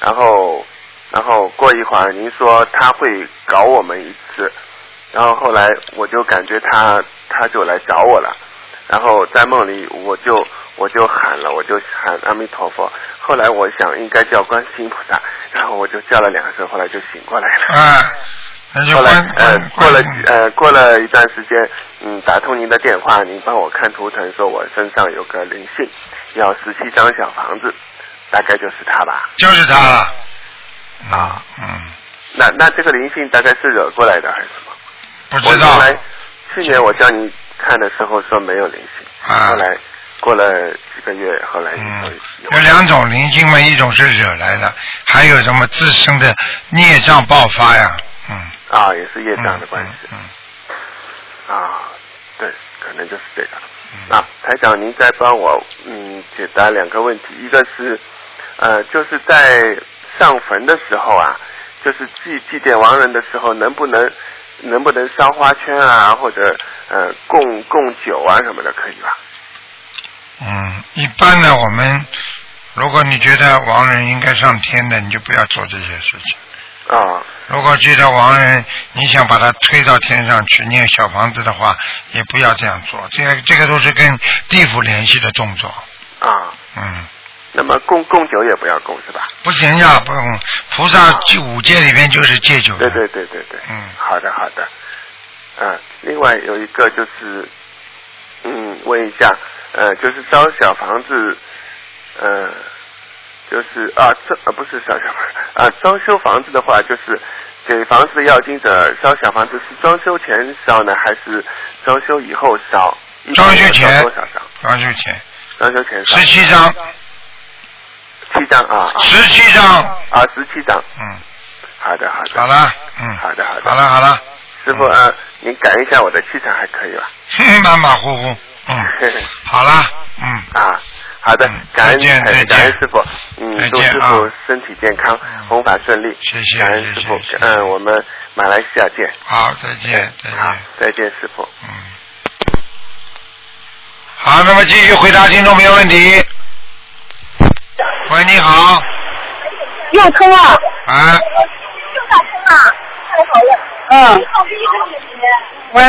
H: 然后然后过一会儿您说他会搞我们一次，然后后来我就感觉他他就来找我了。然后在梦里我就我就喊了，我就喊阿弥陀佛。后来我想应该叫观世音菩萨， <laughs> 然后我就叫了两声，后来就醒过来了。 <laughs>
B: 啊，那就
H: 后来
B: 关
H: 呃
B: 关
H: 过了
B: 关
H: 呃过了一段时间，嗯，打通您的电话，您帮我看图腾，说我身上有个灵性，要十七张小房子，大概就是他吧。
B: 就是他了。啊，嗯，
H: 那那这个灵性大概是惹过来的还是什么？
B: 不
H: 我
B: 知道
H: 原。来去年我叫你看的时候说没有灵性，
B: 啊
H: 后来过了几个月，后来有
B: 嗯，有
H: 有
B: 两种灵性嘛，一种是惹来的，还有什么自身的孽障爆发呀？嗯，
H: 啊，也是业障的关系。
B: 嗯，
H: 啊，对，可能就是这个。啊，台长，您再帮我嗯解答两个问题，一个是呃，就是在上坟的时候啊，就是祭祭奠亡人的时候，能不能能不能烧花圈啊，或者呃供供酒啊什么的，可以吧？
B: 嗯嗯，一般呢，我们如果你觉得亡人应该上天的，你就不要做这些事情。
H: 啊
B: 如果觉得亡人你想把他推到天上去念小房子的话，也不要这样做。这个这个都是跟地府联系的动作。
H: 啊，
B: 嗯。
H: 那么供供酒也不要供是吧？
B: 不行呀，不用，菩萨戒五戒里面就是戒酒的。
H: 对对对对对，
B: 嗯
H: 好的好的，嗯，另外有一个就是，嗯，问一下，呃，就是烧小房子，呃，就是啊，这呃不是烧小房 <laughs> 子啊，装修房子的话，就是给房子的要经者烧小房子是装修前烧呢，还是装修以后烧？一般
B: 装修
H: 要
B: 前
H: 多少张？，
B: 装修前，
H: 装修前烧
B: 十七张， <laughs>
H: 七张啊
B: 十七张，
H: 啊，十七张
B: 嗯，
H: 好的，好的。
B: 好了，嗯，
H: 好的，好的。
B: 好了好了，嗯
H: 师傅啊，您改一下我的气场还可以吧？ <laughs>
B: 马马虎虎，嗯，好了，嗯，
H: 啊，好的
B: 嗯，
H: 感恩
B: 再见
H: 感
B: 再
H: 恩
B: 见
H: 感恩师傅，嗯
B: 再见，
H: 祝师
B: 啊嗯
H: 傅身体健康，弘法顺利，
B: 谢谢
H: 感恩师傅
B: 谢谢，
H: 嗯，我们马来西亚见，
B: 好，再见，再
H: 好
B: 见。，
H: 再见，师傅。
B: 好，那么继续回答听众朋友问题。喂，你好，
G: 又通了，
B: 啊，
G: 又打通了，太好了。嗯。喂。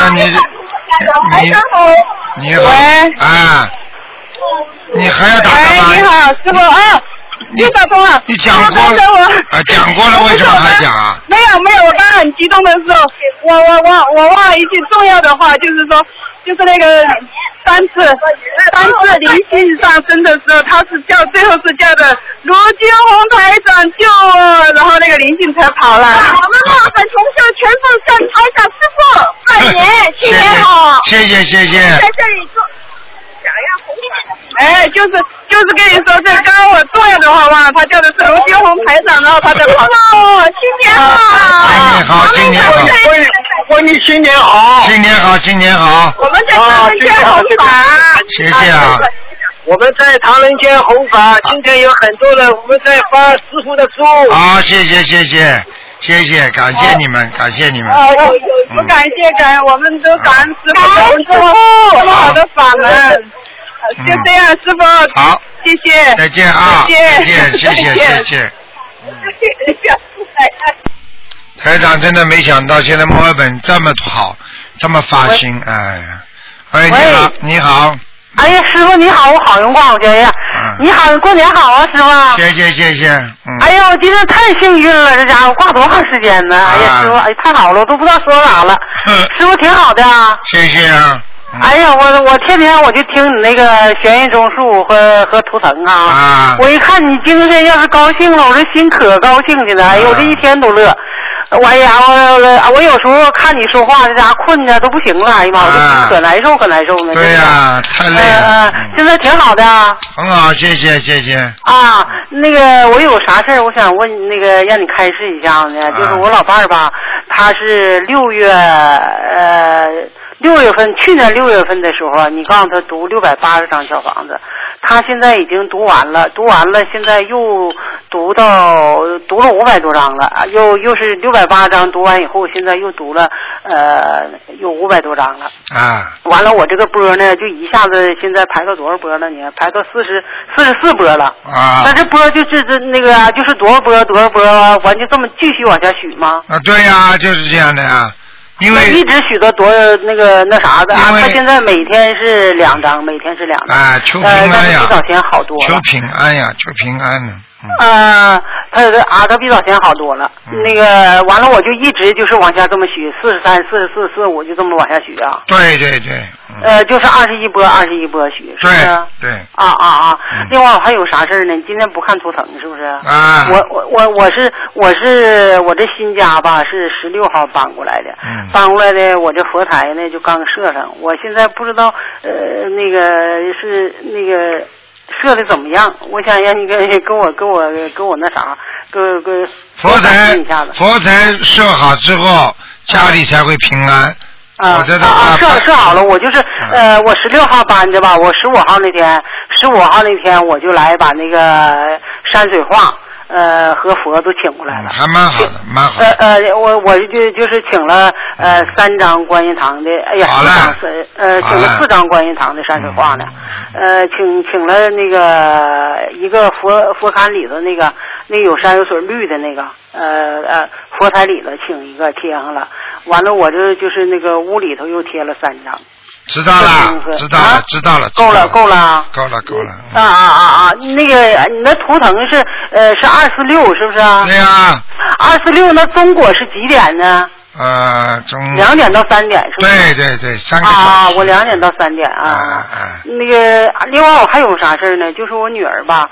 B: 那你你你好，
G: 喂
B: 啊，你还要打干嘛
G: 喂，哎你好，师傅啊，又打通了。
B: 你讲过
G: 刚才我
B: 啊，讲过了，为什么还讲啊？
G: 没有没有，我刚刚很激动的时候，我我我我忘了一句重要的话，就是说，就是那个三次三次灵性上升的时候，他是叫最后是叫的卢金红台长救我，然后那个灵性才跑了。好了，我们同修全部向台长师傅拜年，新年好，
B: 谢谢谢谢，
G: 这里做。哎，就是就是跟你说，这刚刚我重要的话忘了，他叫的是卢金红台长，然后他就跑了。新年好！
B: 新年好，新年好，
I: 闺女新年好！
B: 新年好，新年好，
G: 我们在
I: 啊
G: 唐人街红法，
B: 谢谢啊，
I: 我们在唐人街弘法，今天有很多人，我们在发师傅的书。
B: 好，谢谢谢谢谢谢，感谢你们，感谢你们，
G: 啊，我我
B: 嗯
G: 感谢感，恩，我们都感恩师傅，感恩师傅这么好的法门，就这样，啊师傅，
B: 嗯好，
G: 谢谢，
B: 再见啊，再见
G: 再见
B: 谢谢
G: 再
B: 谢
G: 见
B: 谢。
G: 哎
B: 台长真的没想到现在墨尔本这么好，这么发心，哎呀！喂，你好，你好，
I: 哎呀，师傅你好，我好荣光，我觉得呀
B: 嗯，
I: 你好，过年好啊，师傅。
B: 谢谢谢谢，嗯，
I: 哎呀，我今天太幸运了，这家伙挂多长时间呢？哎
B: 啊嗯
I: 呀，师傅，哎，太好了，我都不知道说啥了。师傅挺好的啊。
B: 谢谢啊，
I: 哎呀，我我天天我就听你那个悬疑综述和和图腾啊，
B: 啊，
I: 我一看你精神，要是高兴了，我这心可高兴去了。哎呦，
B: 嗯
I: 我这一天都乐。我哎呀，我我我有时候看你说话，这家伙困的都不行了。哎呀妈，我
B: 啊
I: 这可难受，可难受呢。
B: 对呀、太
I: 真
B: 累
I: 的。呃
B: 了，
I: 呃，
B: 嗯
I: 现在挺好的啊。
B: 很好，谢谢谢谢，
I: 啊，那个我有啥事儿，我想问你那个让你开示一下呢，就是我老伴儿吧，他是六月呃六月份，去年六月份的时候啊，你告诉他读六百八十张小房子，他现在已经读完了，读完了，现在又读到读了五百多张了，啊又又是六百八张，读完以后，现在又读了呃有五百多张了。
B: 啊，
I: 完了，我这个波呢，就一下子现在排到多少波了呢？排到四十四十四波了。那
B: 啊，
I: 这波就是这那个啊就是多少波多少波，完就这么继续往下许吗？
B: 啊，对呀、就是这样的呀、因
I: 那一
B: 为
I: 直许到多那个那啥的啊？
B: 因为
I: 他现在每天是两张，每天是两张。
B: 啊，求平
I: 呃，但
B: 安
I: 是
B: 呀
I: 比，早前好多
B: 求
I: 了。
B: 平安呀，求平安呢，嗯，
I: 呃，他啊，他比早前好多了。
B: 嗯
I: 那个完了，我就一直就是往下这么许，四十三、四十四、四十五，就这么往下许啊。
B: 对对对，嗯，
I: 呃，就是二十一波，二十一波许，是不是？
B: 对对，
I: 啊啊啊
B: 嗯！
I: 另外我还有啥事儿呢？你今天不看图腾是不是？
B: 啊，
I: 我我我我是我是我这新家吧是十六号搬过来的，
B: 嗯
I: 搬过来的我这佛台呢就刚设上，我现在不知道呃那个是那个设的怎么样，我想让你跟跟我跟我跟我那啥跟跟
B: 佛台
I: 跟我一下子
B: 嗯佛台设好之
I: 嗯
B: 后，家里才会平安。
I: 啊
B: 我知道
I: 啊
B: 啊
I: 啊设
B: 搬嗯
I: 设好了，我就是呃我十六号搬的吧，我十五号那天十五号那天我就来把那个山水画呃和佛都请过来
B: 嗯
I: 了。
B: 还蛮好的，蛮好
I: 呃
B: 的。
I: 呃，我我就就是请了呃三张观音堂的，哎呀，
B: 好
I: 四
B: 嘞
I: 张是呃
B: 好
I: 请
B: 嘞嗯
I: 了四张观音堂的山水画呢，呃请请了那个一个佛佛龛里头那个那有山有水绿的那个呃呃佛台里头请一个贴上了，完了我这就是那个屋里头又贴了三张，
B: 知道了，
I: 这
B: 知道了，
I: 啊
B: 知道了，
I: 够了
B: 知道
I: 够了啊。
B: 啊够了，够了。
I: 啊
B: 嗯
I: 啊啊啊！那个你那图腾是呃是二四六是不是啊？
B: 对呀，
I: 二四六那中果是几点呢？
B: 呃，中
I: 嗯两点到三点是不
B: 对
I: 是？
B: 对对，三个
I: 啊
B: 小，时
I: 我两点到三点
B: 啊
I: 啊。
B: 啊啊
I: 那个，另外我还有啥事儿呢？就是我女儿吧，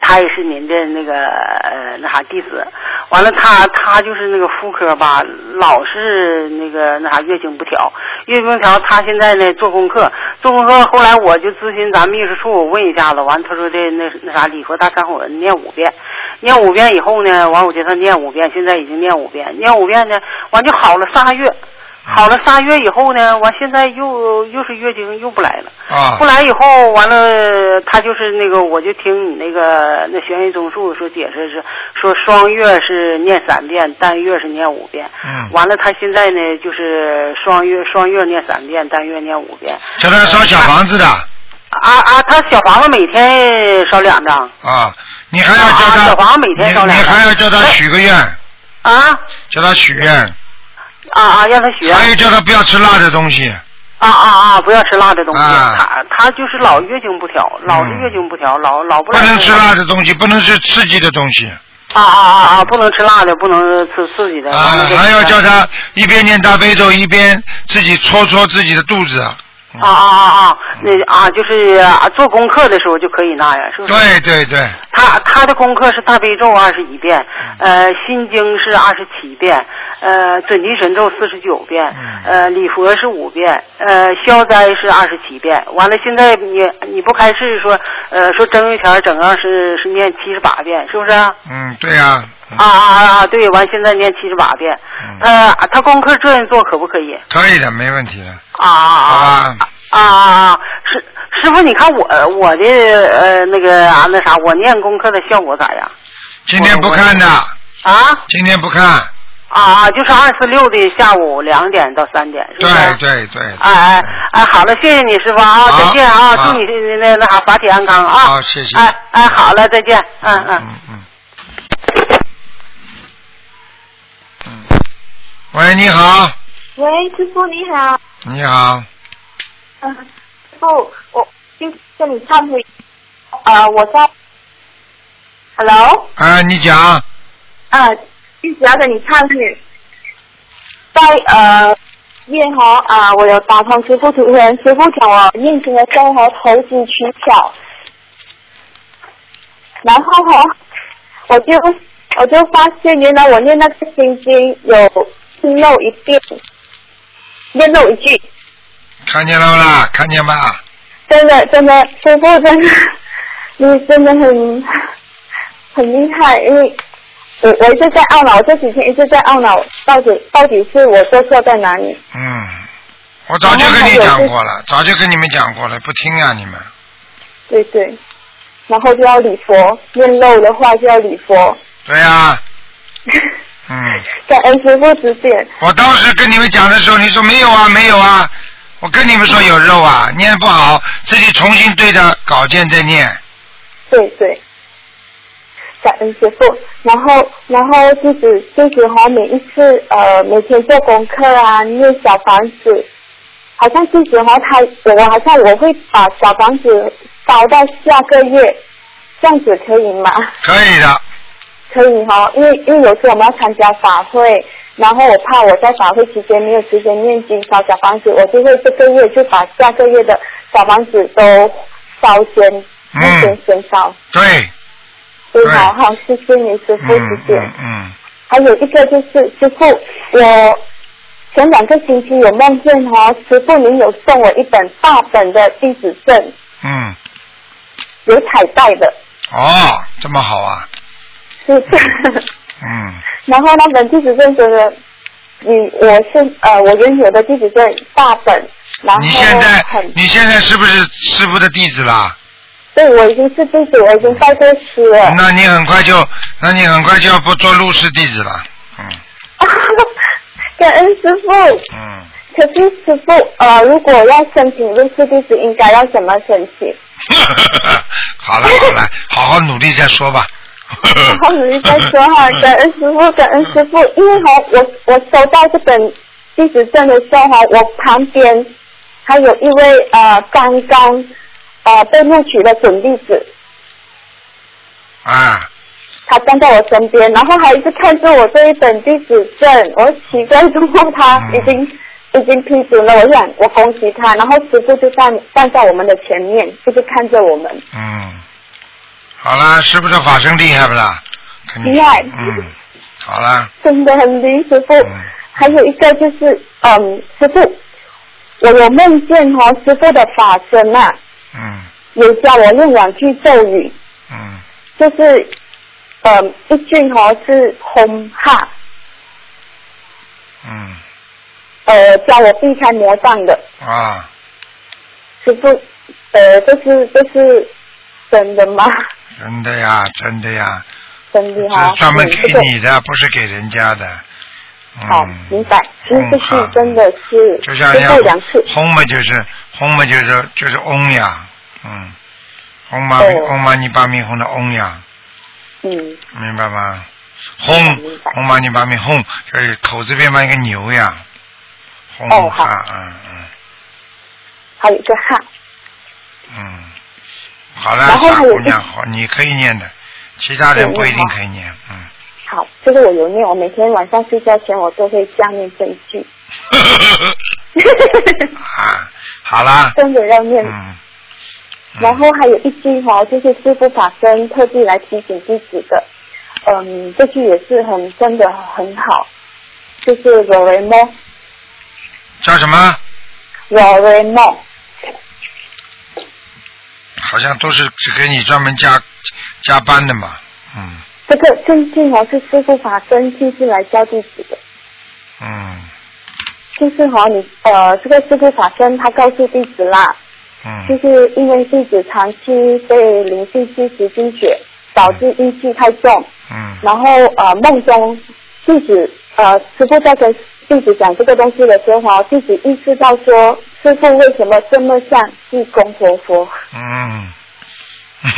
I: 她也是您的那个呃那啥弟子。完了她，她就是那个妇科吧，老是那个那啥月经不调，月经不调。她现在呢做功课，做功课。后来我就咨询咱秘书处，我问一下子，完她说的那那啥礼佛大忏悔文念五遍，念五遍以后呢，完我叫他念五遍，现在已经念五遍，念五遍呢，完就好了仨月，好了仨月以后呢，完现在又又是月经又不来了。
B: 啊
I: 后来以后完了，他就是那个，我就听你那个那玄学综述说解释是说双月是念三遍，单月是念五遍。
B: 嗯，
I: 完了，他现在呢就是双月双月念三遍，单月念五遍。
B: 叫他烧小房子的
I: 啊啊，他小房子每天烧两张
B: 啊，你还要叫
I: 啊
B: 他，
I: 小房子每天烧
B: 你
I: 两哎
B: 你
I: 张
B: 还要叫他许个愿，
I: 啊
B: 叫他许愿，
I: 啊啊，让他学
B: 还有叫他不要吃辣的东西，
I: 啊啊啊，不要吃辣的东西。
B: 啊
I: 他他就是老月经不调，老是
B: 嗯
I: 月经不调，老老不
B: 不
I: 来
B: 能
I: 那
B: 吃
I: 个
B: 辣的东西，不能吃刺激的东西
I: 啊啊啊啊！不能吃辣的，不能吃刺激的。完
B: 啊
I: 了这，
B: 还要
I: 个
B: 叫他一边念大悲咒一边自己搓搓自己的肚子，
I: 啊啊啊啊！那啊，就是啊，做功课的时候就可以那样，是不是？
B: 对对对，
I: 他他的功课是大悲咒二十一遍，
B: 嗯
I: 呃，心经是二十七遍，呃，准提神咒四十九遍，
B: 嗯
I: 呃，礼佛是五遍，呃，消灾是二十七遍。完了，现在你你不开示说，呃，说正月前儿整个是是念七十八遍，是不是啊？
B: 嗯，对呀、嗯
I: 啊啊啊！对，完现在念七十八遍，呃，他功课这样做可不可以？
B: 可以的，没问题的，
I: 啊
B: 好
I: 啊啊！
B: 吧？
I: 啊啊啊！师师傅，你看我我的呃那个啊那啥，我念功课的效果咋样？
B: 今天不看的，
I: 啊
B: 今天不看，
I: 啊啊！就是二四六的下午两点到三点，是
B: 对
I: 不是？
B: 对对，
I: 哎哎哎，好了，谢谢你师傅啊，
B: 好
I: 再见啊，
B: 好
I: 祝你那那啥法体安康啊。
B: 好谢谢
I: 哎哎，好了，再见，嗯嗯。
B: 嗯嗯。嗯喂，你好，
F: 喂，师傅你好，
B: 你好，
F: 嗯，师傅，我今跟你忏悔，啊、我在，Hello，
B: 啊，你讲，
F: 啊，一直要跟你忏悔，在呃。念和啊，我有打通师傅图腾，师傅讲我念经的生活投资取巧，然后哈，我就我就发现原来我念那个心经有漏一遍，念漏一句，
B: 看见了不啦？看见吧？
F: 真的真的，师傅真的，你真的很很厉害，因为我我一直在懊恼，我这几天一直在懊恼，到底到底是我做错在哪里？
B: 嗯，我早就
I: 哎
B: 跟你讲过了，早就跟你们讲过了，不听啊你们。
F: 对对，然后就要礼佛，念漏的话就要礼佛，
B: 对啊呀、嗯，
F: 感恩师傅指点。
B: 我当时跟你们讲的时候，你说没有啊，没有啊，我跟你们说有肉啊，念不好，自己重新对着稿件再念。
F: 对对，感恩师傅。然后，然后自己自己哈，每一次呃，每天做功课啊，念小房子，好像自己哈，他我好像我会把小房子烧到下个月，这样子可以吗？
B: 可以的，
F: <laughs> 可以哈、因为因为有时我们要参加法会，然后我怕我在法会期间没有时间念经烧小房子，我就会这个月就把下个月的小房子都烧先，目前先烧。
B: 嗯对，
F: 非常好，谢谢你师傅，
B: 嗯
F: 谢谢。
B: 嗯嗯，
F: 还有一个就是师傅，我前两个星期有梦见哦，师傅您有送我一本大本的地址证，
B: 嗯，
F: 有彩带的，
B: 哦，这么好啊， <laughs>
F: 是的。
B: 嗯，
F: 然后那本地址证真的，嗯，我是呃，我原有的地址证大本，然后
B: 你现在
F: 很，
B: 你现在是不是师傅的弟子啦？
F: 对我已经是地址，我已经拜过师了。
B: 那你很快就，那你很快就要不做入室弟子了。嗯
F: 感恩师傅。
B: 嗯，
F: 可是师傅，呃，如果要申请入室弟子，应该要怎么申请？
B: <laughs> 好了好了，好好努力再说吧。
F: 然后努力再说哈，感恩师傅，感恩师傅，因为哈，我我收到这本地址证的时候哈，我旁边还有一位呃刚刚呃被录取的准弟子，
B: 啊，
F: 他站在我身边，然后还一直看着我这一本地址证，我奇怪之后他已经、已经批准了，我想我恭喜他，然后师傅就站站在我们的前面，一直看着我们。
B: 嗯，好了，是不是法身厉害不啦？肯定
F: 厉害
B: 嗯，好了，
F: 真的很灵，师傅
B: 嗯。
F: 还有一个就是，嗯，师傅，我有梦见哦，师傅的法身啊，
B: 嗯
F: 有教我用两句咒语，
B: 嗯
F: 就是嗯，一句哦是轰哈，
B: 嗯
F: 呃，叫我避开魔障的
B: 啊，
F: 师傅，呃，这是这是真的吗？
B: 真的呀，真的呀，
F: 真的哈、
B: 这
F: 哦，
B: 专门
F: 嗯
B: 给
F: 这个
B: 你的，不是给人家的。
F: 好
B: 嗯，，
F: 明白。其实这
B: 轰哈
F: 是真的是
B: 就像
F: 师
B: 人
F: 傅
B: 家
F: 两次，
B: 轰嘛，就是轰嘛，就是就是嗡呀，嗯，嗡嘛咪
F: 哦
B: 嗡嘛尼巴咪吽的嗡呀，
F: 嗯，
B: 明白吗？轰
F: 明白
B: 轰嘛尼巴咪轰，就是口字边旁一个牛呀，轰
F: 哦好
B: 哈，嗯嗯
F: 还有一个哈，
B: 嗯，好了，
F: 然后
B: 傻
F: 还有
B: 姑
F: 一
B: 娘，好，你可以念的，其他人
F: 对
B: 不一定
F: 好
B: 可以念，嗯。
F: 好，这个我有念，我每天晚上睡觉前我都会加念这一句，
B: 啊，好啦，
F: 真的要念。
B: 嗯，嗯
F: 然后还有一句哈、就是师父法身特地来提醒弟子的，嗯，这句也是很真的很好，就是若为梦，
B: 叫什么？
F: 若为梦，
B: 好像都是只给你专门加加班的嘛，嗯
F: 这个最近哦是师父法身亲自来教弟子的，
B: 嗯
F: 就是哈、你呃这个师父法身他告诉弟子啦，就
B: 嗯
F: 是因为弟子长期被灵性吸食精血，导致阴气太重，
B: 嗯
F: 然后呃梦中弟子呃师傅在跟弟子讲这个东西的时候哦，弟子意识到说师傅为什么这么像济公活佛，
B: 嗯， <laughs> 哼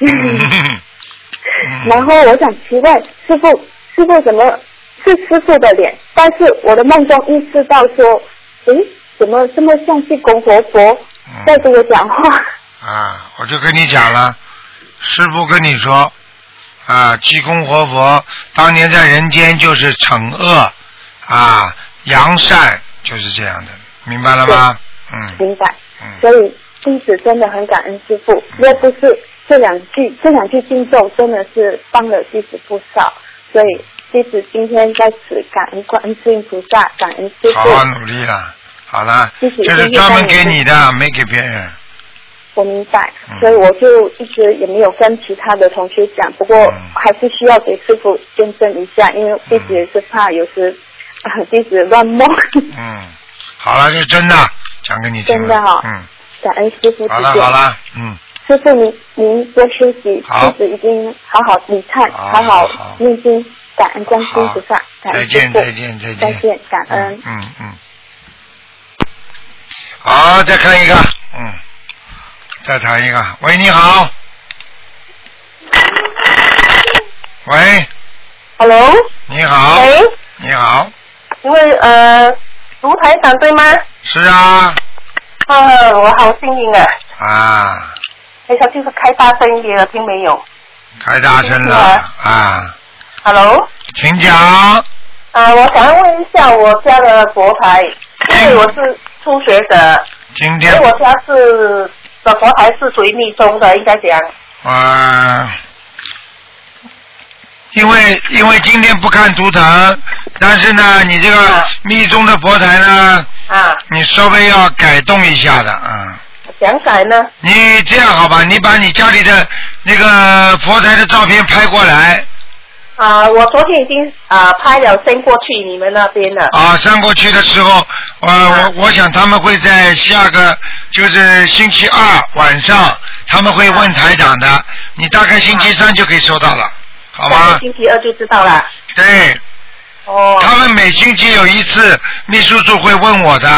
B: 哼，
F: 然后我想奇怪师傅师傅怎么是师傅的脸，但是我的梦中意识到说，诶怎么这么像济公活佛
B: 嗯
F: 在跟我讲话？ <laughs>
B: 啊，我就跟你讲了，师傅跟你说啊，济公活佛当年在人间就是惩恶啊，扬善就是这样的，明白了吗？嗯
F: 明白。
B: 嗯
F: 所以弟子真的很感恩师傅，若不是这两句这两句经咒，真的是帮了弟子不少。所以弟子今天在此感恩观世音菩萨，感恩师，
B: 好啊好
F: 傅。
B: 努力了，好了，
F: 谢谢
B: 这是专门给你的，没给别人。
F: 我明白
B: 嗯，
F: 所以我就一直也没有跟其他的同学讲，不过
B: 嗯
F: 还是需要给师傅见证一下，因为弟子也是怕有时。 <laughs> 啊，弟子乱梦，
B: 嗯，好了，这是真的，讲给你听了。
F: 真的哈
B: 嗯，
F: <laughs> 感恩师傅指
B: 好了
F: 点
B: 好。了，嗯，
F: 师傅您您多休息，
B: 好
F: 弟子已经好好理忏，
B: 好好
F: 好
B: 好
F: 好念经，感恩观世音菩萨，
B: 再
F: 感恩师
B: 见
F: 父
B: 再见再见
F: 再见，感恩
B: 嗯。嗯嗯。好，再看一个，嗯，再谈一个。喂，你好。喂，
A: Hello，
B: 你好，
A: 喂，
B: 你好，
A: 请问呃，卢台长对吗？
B: 是啊，
A: 啊，我好幸运啊！
B: 啊，
A: 等一下就是开大声一点了，听没有
B: 开大声了啊，
A: ？Hello，
B: 请讲。
A: 啊，我想问一下我家的佛牌，因为我是初学者，
B: 今
A: 因
B: 天
A: 为我家是的佛牌是属于密宗的，应该讲。
B: 啊，因为因为今天不看图腾，但是呢，你这个
A: 啊
B: 密宗的佛台呢，
A: 啊，
B: 你稍微要改动一下的啊。
A: 想改呢？
B: 你这样好吧，你把你家里的那个佛台的照片拍过来
A: 啊，我昨天已经啊拍了 send 过去你们那边了。
B: 啊，上过去的时候，
A: 啊
B: 呃，我我想他们会在下个就是星期二晚上，他们会
A: 啊
B: 问台长的，你大概星期三就可以收到了，好
A: 下个
B: 吗？
A: 星期二就知道了。
B: 对，
A: 哦，
B: 他们每星期有一次，秘书处会问我的。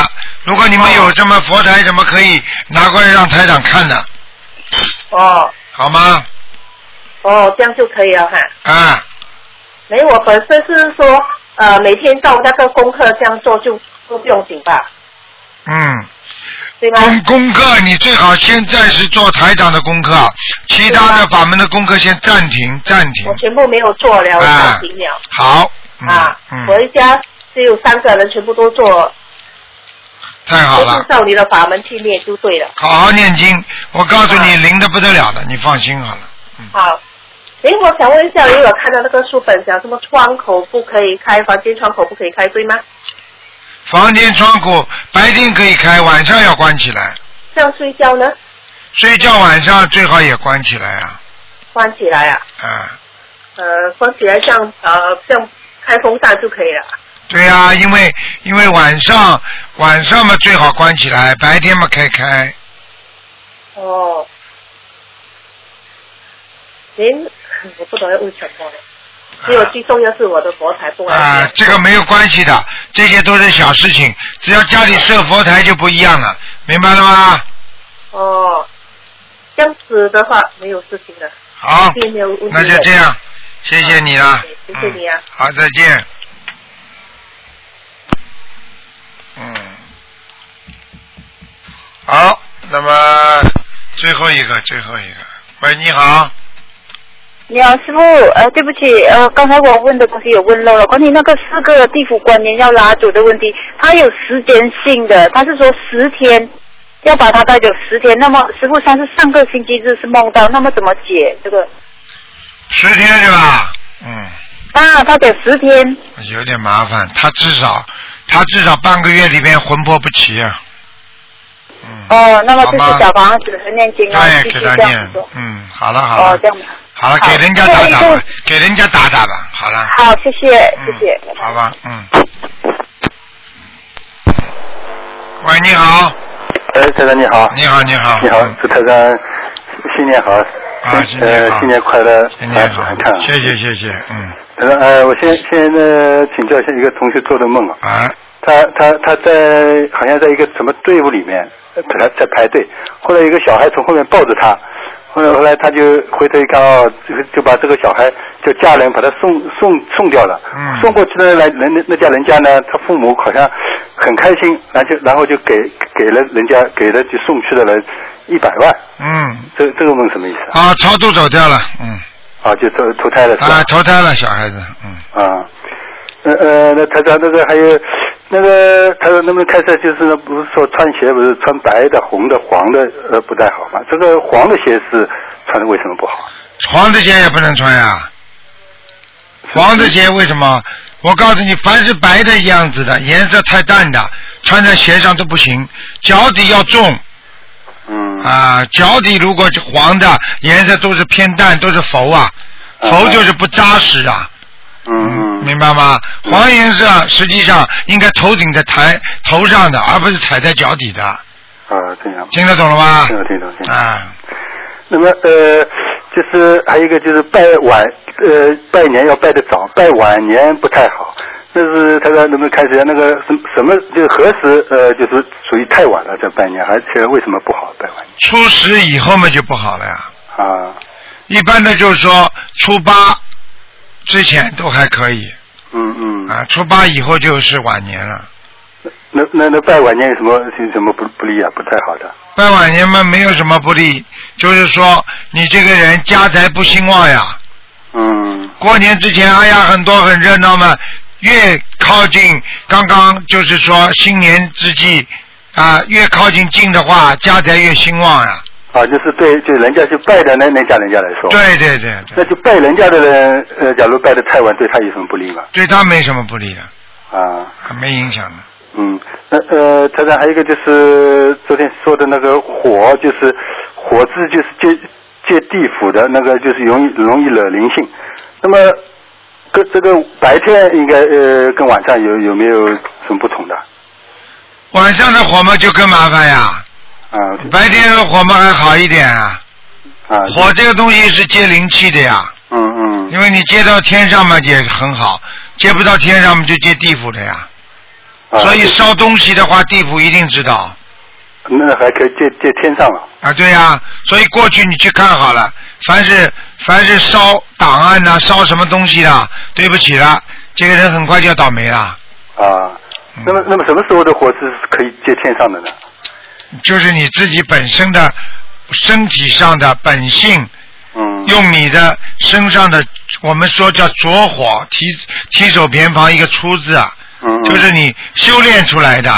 B: 如果你们
A: 哦
B: 有这么佛台，什么可以拿过来让台长看的，
A: 哦，
B: 好吗？
A: 哦，这样就可以了哈。
B: 啊，
A: 没有，我本身是说，呃，每天照那个功课这样做就都不用紧吧，
B: 嗯，
A: 对吗？
B: 功功课你最好现在是做台长的功课，其他的法门的功课先暂停暂停
A: 我。全部没有做了，我
B: 嗯啊
A: 暂停了
B: 好，嗯
A: 啊。我
B: 嗯，
A: 一家只有三个人，全部都做，
B: 太好
A: 都
B: 了
A: 是，照你的法门去念就对了。
B: 好好念经。我告诉你，
A: 啊
B: 灵的不得了的，你放心好了。
A: 好。哎，我想问一下，因为我看到那个书本讲什么窗口不可以开，房间窗口不可以开，对吗？
B: 房间窗户白天可以开，晚上要关起来。
A: 这样睡觉呢？
B: 睡觉晚上最好也关起来啊。
A: 关起来啊？
B: 啊，
J: 呃风起来像呃像开风扇就可以了。
B: 对呀、因为因为晚上晚上嘛最好关起来，白天嘛可以开。
J: 哦，您我不懂要问什么了，只有最重要是我的佛台不安
B: 啊，这个没有关系的，这些都是小事情，只要家里设佛台就不一样了，明白了吗？
J: 哦，这样子的话没有事情了。
B: 好
J: 并啊没有问题
B: 那就这样，谢谢你了，
J: 谢谢你啊。
B: 好，再见。嗯，好，那么最后一个，最后一个，喂，你好，
K: 你好，师傅，呃，对不起，呃，刚才我问的东西有问漏了，关于那个四个地府官员要拉走的问题，它有时间性的，他是说十天要把它带走十天，那么师傅上次上个星期日是梦到，那么怎么解这个？
B: 十天是吧？嗯，
K: 啊，他给十天，
B: 有点麻烦，他至少他至少半个月里面魂魄不齐啊，
K: 哦，那么就
B: 好吗
K: 是小房子和念经啊，
B: 哎，
K: 继续
B: 给
K: 这
B: 他
K: 样
B: 念
K: 子做，
B: 嗯，好了好了，
K: 哦，这样吧，
B: 好了，
K: 好
B: 给人家打打
K: 最后一
B: 吧
K: 个，
B: 给人家打打吧，好了，
K: 好，谢谢，谢谢。
B: 好吧，嗯。喂，你好。
L: 哎，台长你好。
B: 你好，你好。嗯
L: 你好，祝台长新年好。
B: 啊，新年
L: 呃，
B: 好
L: 新，年快乐。
B: 新年好
L: 啊健康。
B: 谢谢谢谢，嗯，
L: 台长，呃，我先先呃请教一下一个同学做的梦啊。
B: 啊。
L: 他他他在好像在一个什么队伍里面，呃排在排队，后来一个小孩从后面抱着他，后来后来他就回头一看哦，这个就把这个小孩就家人把他送送送掉了。
B: 嗯
L: 送过去的来人那家人家呢，他父母好像很开心，然后就然后就给给了人家给了就送去的人一百万，
B: 嗯，
L: 这这个梦什么意思
B: 啊，超度走掉了，嗯，
L: 啊？就投投胎了是吧？
B: 啊，投胎了小孩子，嗯，
L: 啊，那呃，那台长，那个还有那个，他说能不能开车？就是呢不是说穿鞋不是穿白的、红的、黄的，呃，不太好嘛。这个黄的鞋是穿的为什么不好？
B: 黄的鞋也不能穿呀，黄的鞋为什么？我告诉你，凡是白的样子的，颜色太淡的，穿在鞋上都不行，脚底要重。
L: 嗯。
B: 啊，脚底如果是黄的，颜色都是偏淡，都是浮啊，浮就是不扎实啊。
L: 嗯，
B: 明白吗？黄颜色实际上应该头顶在抬头上的，而不是踩在脚底的。
L: 啊，这样。
B: 听得懂了吗？
L: 听得懂听得懂。
B: 啊，
L: 那么呃，就是还有一个就是拜晚，呃，拜年要拜得早，拜晚年不太好。那是他说能不能开始那个什么什么就是何时呃就是属于太晚了这拜年，而且为什么不好拜晚年
B: 初十以后嘛就不好了呀。
L: 啊？
B: 一般的就是说初八之前都还可以
L: 嗯嗯。
B: 啊，初八以后就是晚年了。
L: 那那那拜晚年有什么有什么不不利啊？不太好的。
B: 拜晚年嘛没有什么不利，就是说你这个人家宅不兴旺呀。
L: 嗯
B: 过年之前，哎呀，很多很热闹嘛。越靠近刚刚就是说新年之际啊，越靠近近的话，家宅越兴旺呀、
L: 啊，就是对，就人家去拜的那那家人家来说，
B: 对对对，
L: 那就拜人家的人，呃，假如拜的太晚，对他有什么不利吗？
B: 对他没什么不利的，
L: 啊，
B: 啊没影响的。
L: 嗯，那呃，台长还有一个就是昨天说的那个火，就是火字就是借借地府的那个，就是容易容易惹灵性。那么跟这个白天应该呃跟晚上有有没有什么不同的？
B: 晚上的火嘛就更麻烦呀，
L: 啊
B: 白天的火嘛还好一点啊。
L: 啊，
B: 火这个东西是接灵气的呀，
L: 嗯嗯
B: 因为你接到天上嘛也很好，接不到天上嘛就接地府的呀。
L: 啊
B: 所以烧东西的话，地府一定知道。
L: 那还可以借借天上了。
B: 啊，对呀、所以过去你去看好了，凡是凡是烧档案呐、烧什么东西啦，对不起啦，这个人很快就要倒霉啦。
L: 啊，
B: 嗯
L: 那么那么什么时候的火是可以接天上的呢？
B: 就是你自己本身的身体上的本性，
L: 嗯，
B: 用你的身上的我们说叫着火，提提手偏旁一个出字啊，
L: 嗯，
B: 就是你修炼出来的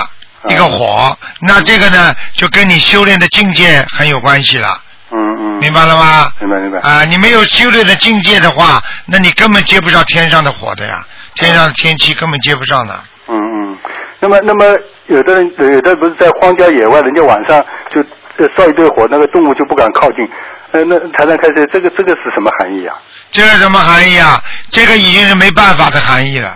B: 一个火，那这个呢就跟你修炼的境界很有关系了。
L: 嗯嗯，
B: 明白了吗？
L: 明白明白。
B: 啊，你没有修炼的境界的话，那你根本接不上天上的火的呀，天上的天气根本接不上的。
L: 嗯嗯，那么那么有的人有的不是在荒郊野外，人家晚上就呃烧一堆火，那个动物就不敢靠近，呃，那台长开始，这个这个是什么含义啊？
B: 这个什么含义啊？这个已经是没办法的含义了，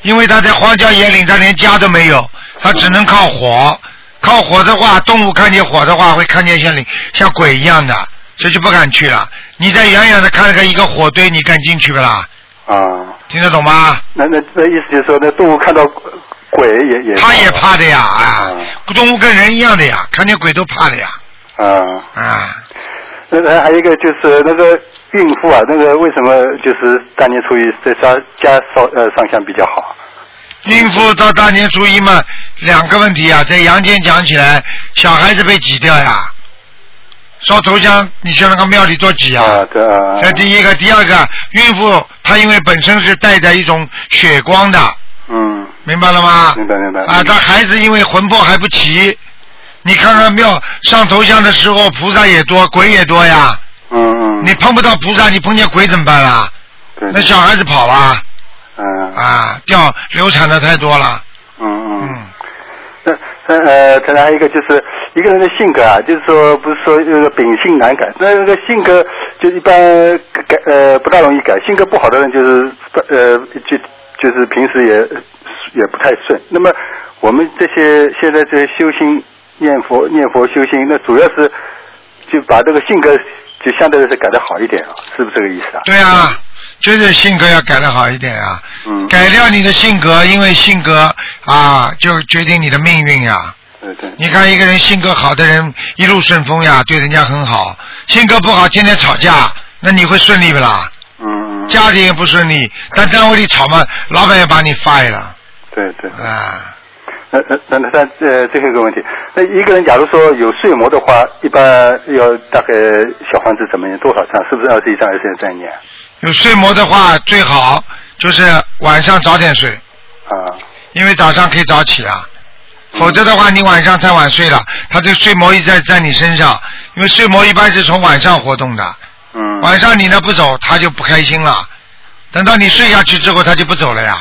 B: 因为他在荒郊野岭，他连家都没有，他只能靠火。靠火的话，动物看见火的话，会看见像你像鬼一样的，所以就不敢去了。你在远远的看个一个火堆，你敢进去不啦？
L: 啊，
B: 听得懂吗？
L: 那那那意思就是说，那动物看到鬼也也
B: 他也怕的呀，啊，动物跟人一样的呀，看见鬼都怕的呀。
L: 啊
B: 啊。
L: 那那还有一个就是那个孕妇啊，那个为什么就是大年初一在家家烧呃上香比较好？
B: 孕妇到大年初一嘛，两个问题啊，在阳间讲起来，小孩子被挤掉呀，烧头香，你像那个庙里多挤啊。
L: 啊，对啊。
B: 这第一个，第二个，孕妇她因为本身是带着一种血光的，
L: 嗯，
B: 明白了吗？
L: 明白明白。
B: 啊，她孩子因为魂魄还不齐，你看看庙上头香的时候，菩萨也多，鬼也多呀。
L: 嗯嗯。
B: 你碰不到菩萨，你碰见鬼怎么办啦？
L: 对。
B: 那小孩子跑啦。
L: 嗯。
B: 啊，掉流产的太多了。
L: 嗯嗯。那那呃，再来一个就是一个人的性格啊，就是说不是说这个秉性难改，那那个性格就一般改呃不大容易改，性格不好的人就是呃就就是平时也也不太顺。那么我们这些现在这些修心念佛念佛修心，那主要是就把这个性格就相对来说改的好一点啊，是不是这个意思啊？
B: 对啊，就是性格要改得好一点啊。
L: 嗯。
B: 改掉你的性格，因为性格啊，就决定你的命运呀、
L: 对对。
B: 你看一个人性格好的人，一路顺风呀，对人家很好；性格不好，天天吵架，那你会顺利不啦？
L: 嗯。
B: 家里也不顺利，但单位里吵嘛，老板也把你 fire 了。
L: 对对。
B: 啊。
L: 那那那那呃，最后一个问题，那一个人假如说有睡魔的话，一般要大概小房子怎么样多少张？是不是二十一张、二十三年？
B: 有睡魔的话，最好就是晚上早点睡，
L: 啊，嗯
B: 因为早上可以早起啊。否则的话，你晚上太晚睡了，他这睡魔一直在在你身上，因为睡魔一般是从晚上活动的。
L: 嗯。
B: 晚上你呢不走，他就不开心了。等到你睡下去之后，他就不走了呀，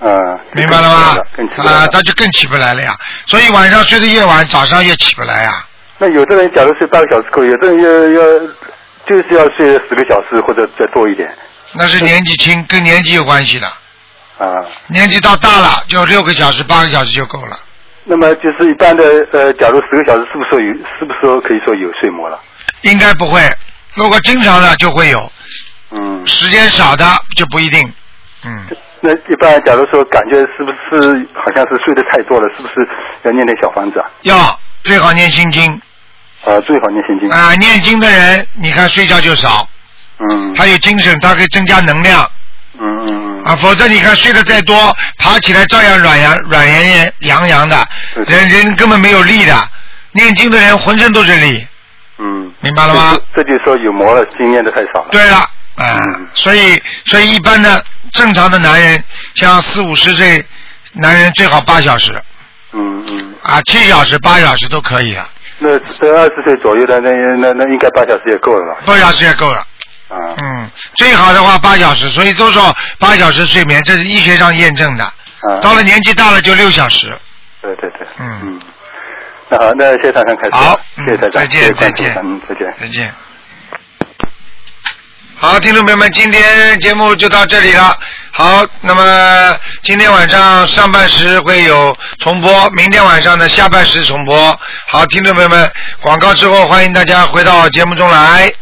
L: 嗯，
B: 明白了吗？
L: 更奇怪
B: 啊、
L: 了
B: 他就更起不来了呀。所以晚上睡得越晚，早上越起不来呀。
L: 那有的人假如睡八个小时够，有的人要要就是要睡十个小时或者再多一点
B: 那是年纪轻，跟年纪有关系的。
L: 啊。
B: 年纪到大了，就六个小时、八个小时就够了。
L: 那么就是一般的呃，假如十个小时是不是说有，是不是说可以说有睡魔了？
B: 应该不会，如果经常的就会有，
L: 嗯，
B: 时间少的就不一定。
L: 那一般假如说感觉是不是好像是睡得太多了，是不是要念点小房子啊？
B: 要最好念心经
L: 啊，最好念心经。
B: 啊、念经的人，你看睡觉就少，
L: 嗯
B: 他有精神，他可以增加能量。
L: 嗯嗯
B: 啊，否则你看睡得再多，爬起来照样软洋软绵绵洋洋的，人人根本没有力的。念经的人浑身都是力。
L: 嗯，
B: 明白了吗？
L: 这就是说有魔了，经验的太少了。
B: 对了，啊、
L: 嗯
B: 所以所以一般的正常的男人，像四五十岁男人最好八小时
L: 嗯嗯，
B: 啊，七小时、八小时都可以啊，
L: 那这二十岁左右的，那那那应该八小时也够了吧？
B: 八小时也够了。
L: 啊，
B: 嗯，最好的话八小时，所以都说八小时睡眠，这是医学上验证
L: 啊
B: 的。到了年纪大了就六小时。
L: 对对对，
B: 嗯
L: 嗯。那好，那谢谢台长开始。
B: 好，
L: 谢谢台长，
B: 再见
L: 谢谢关注
B: 再见
L: 嗯，再见。
B: 再见。好，听众朋友们，今天节目就到这里了。好，那么今天晚上上半时会有重播，明天晚上的下半时重播。好，听众朋友们，广告之后欢迎大家回到节目中来。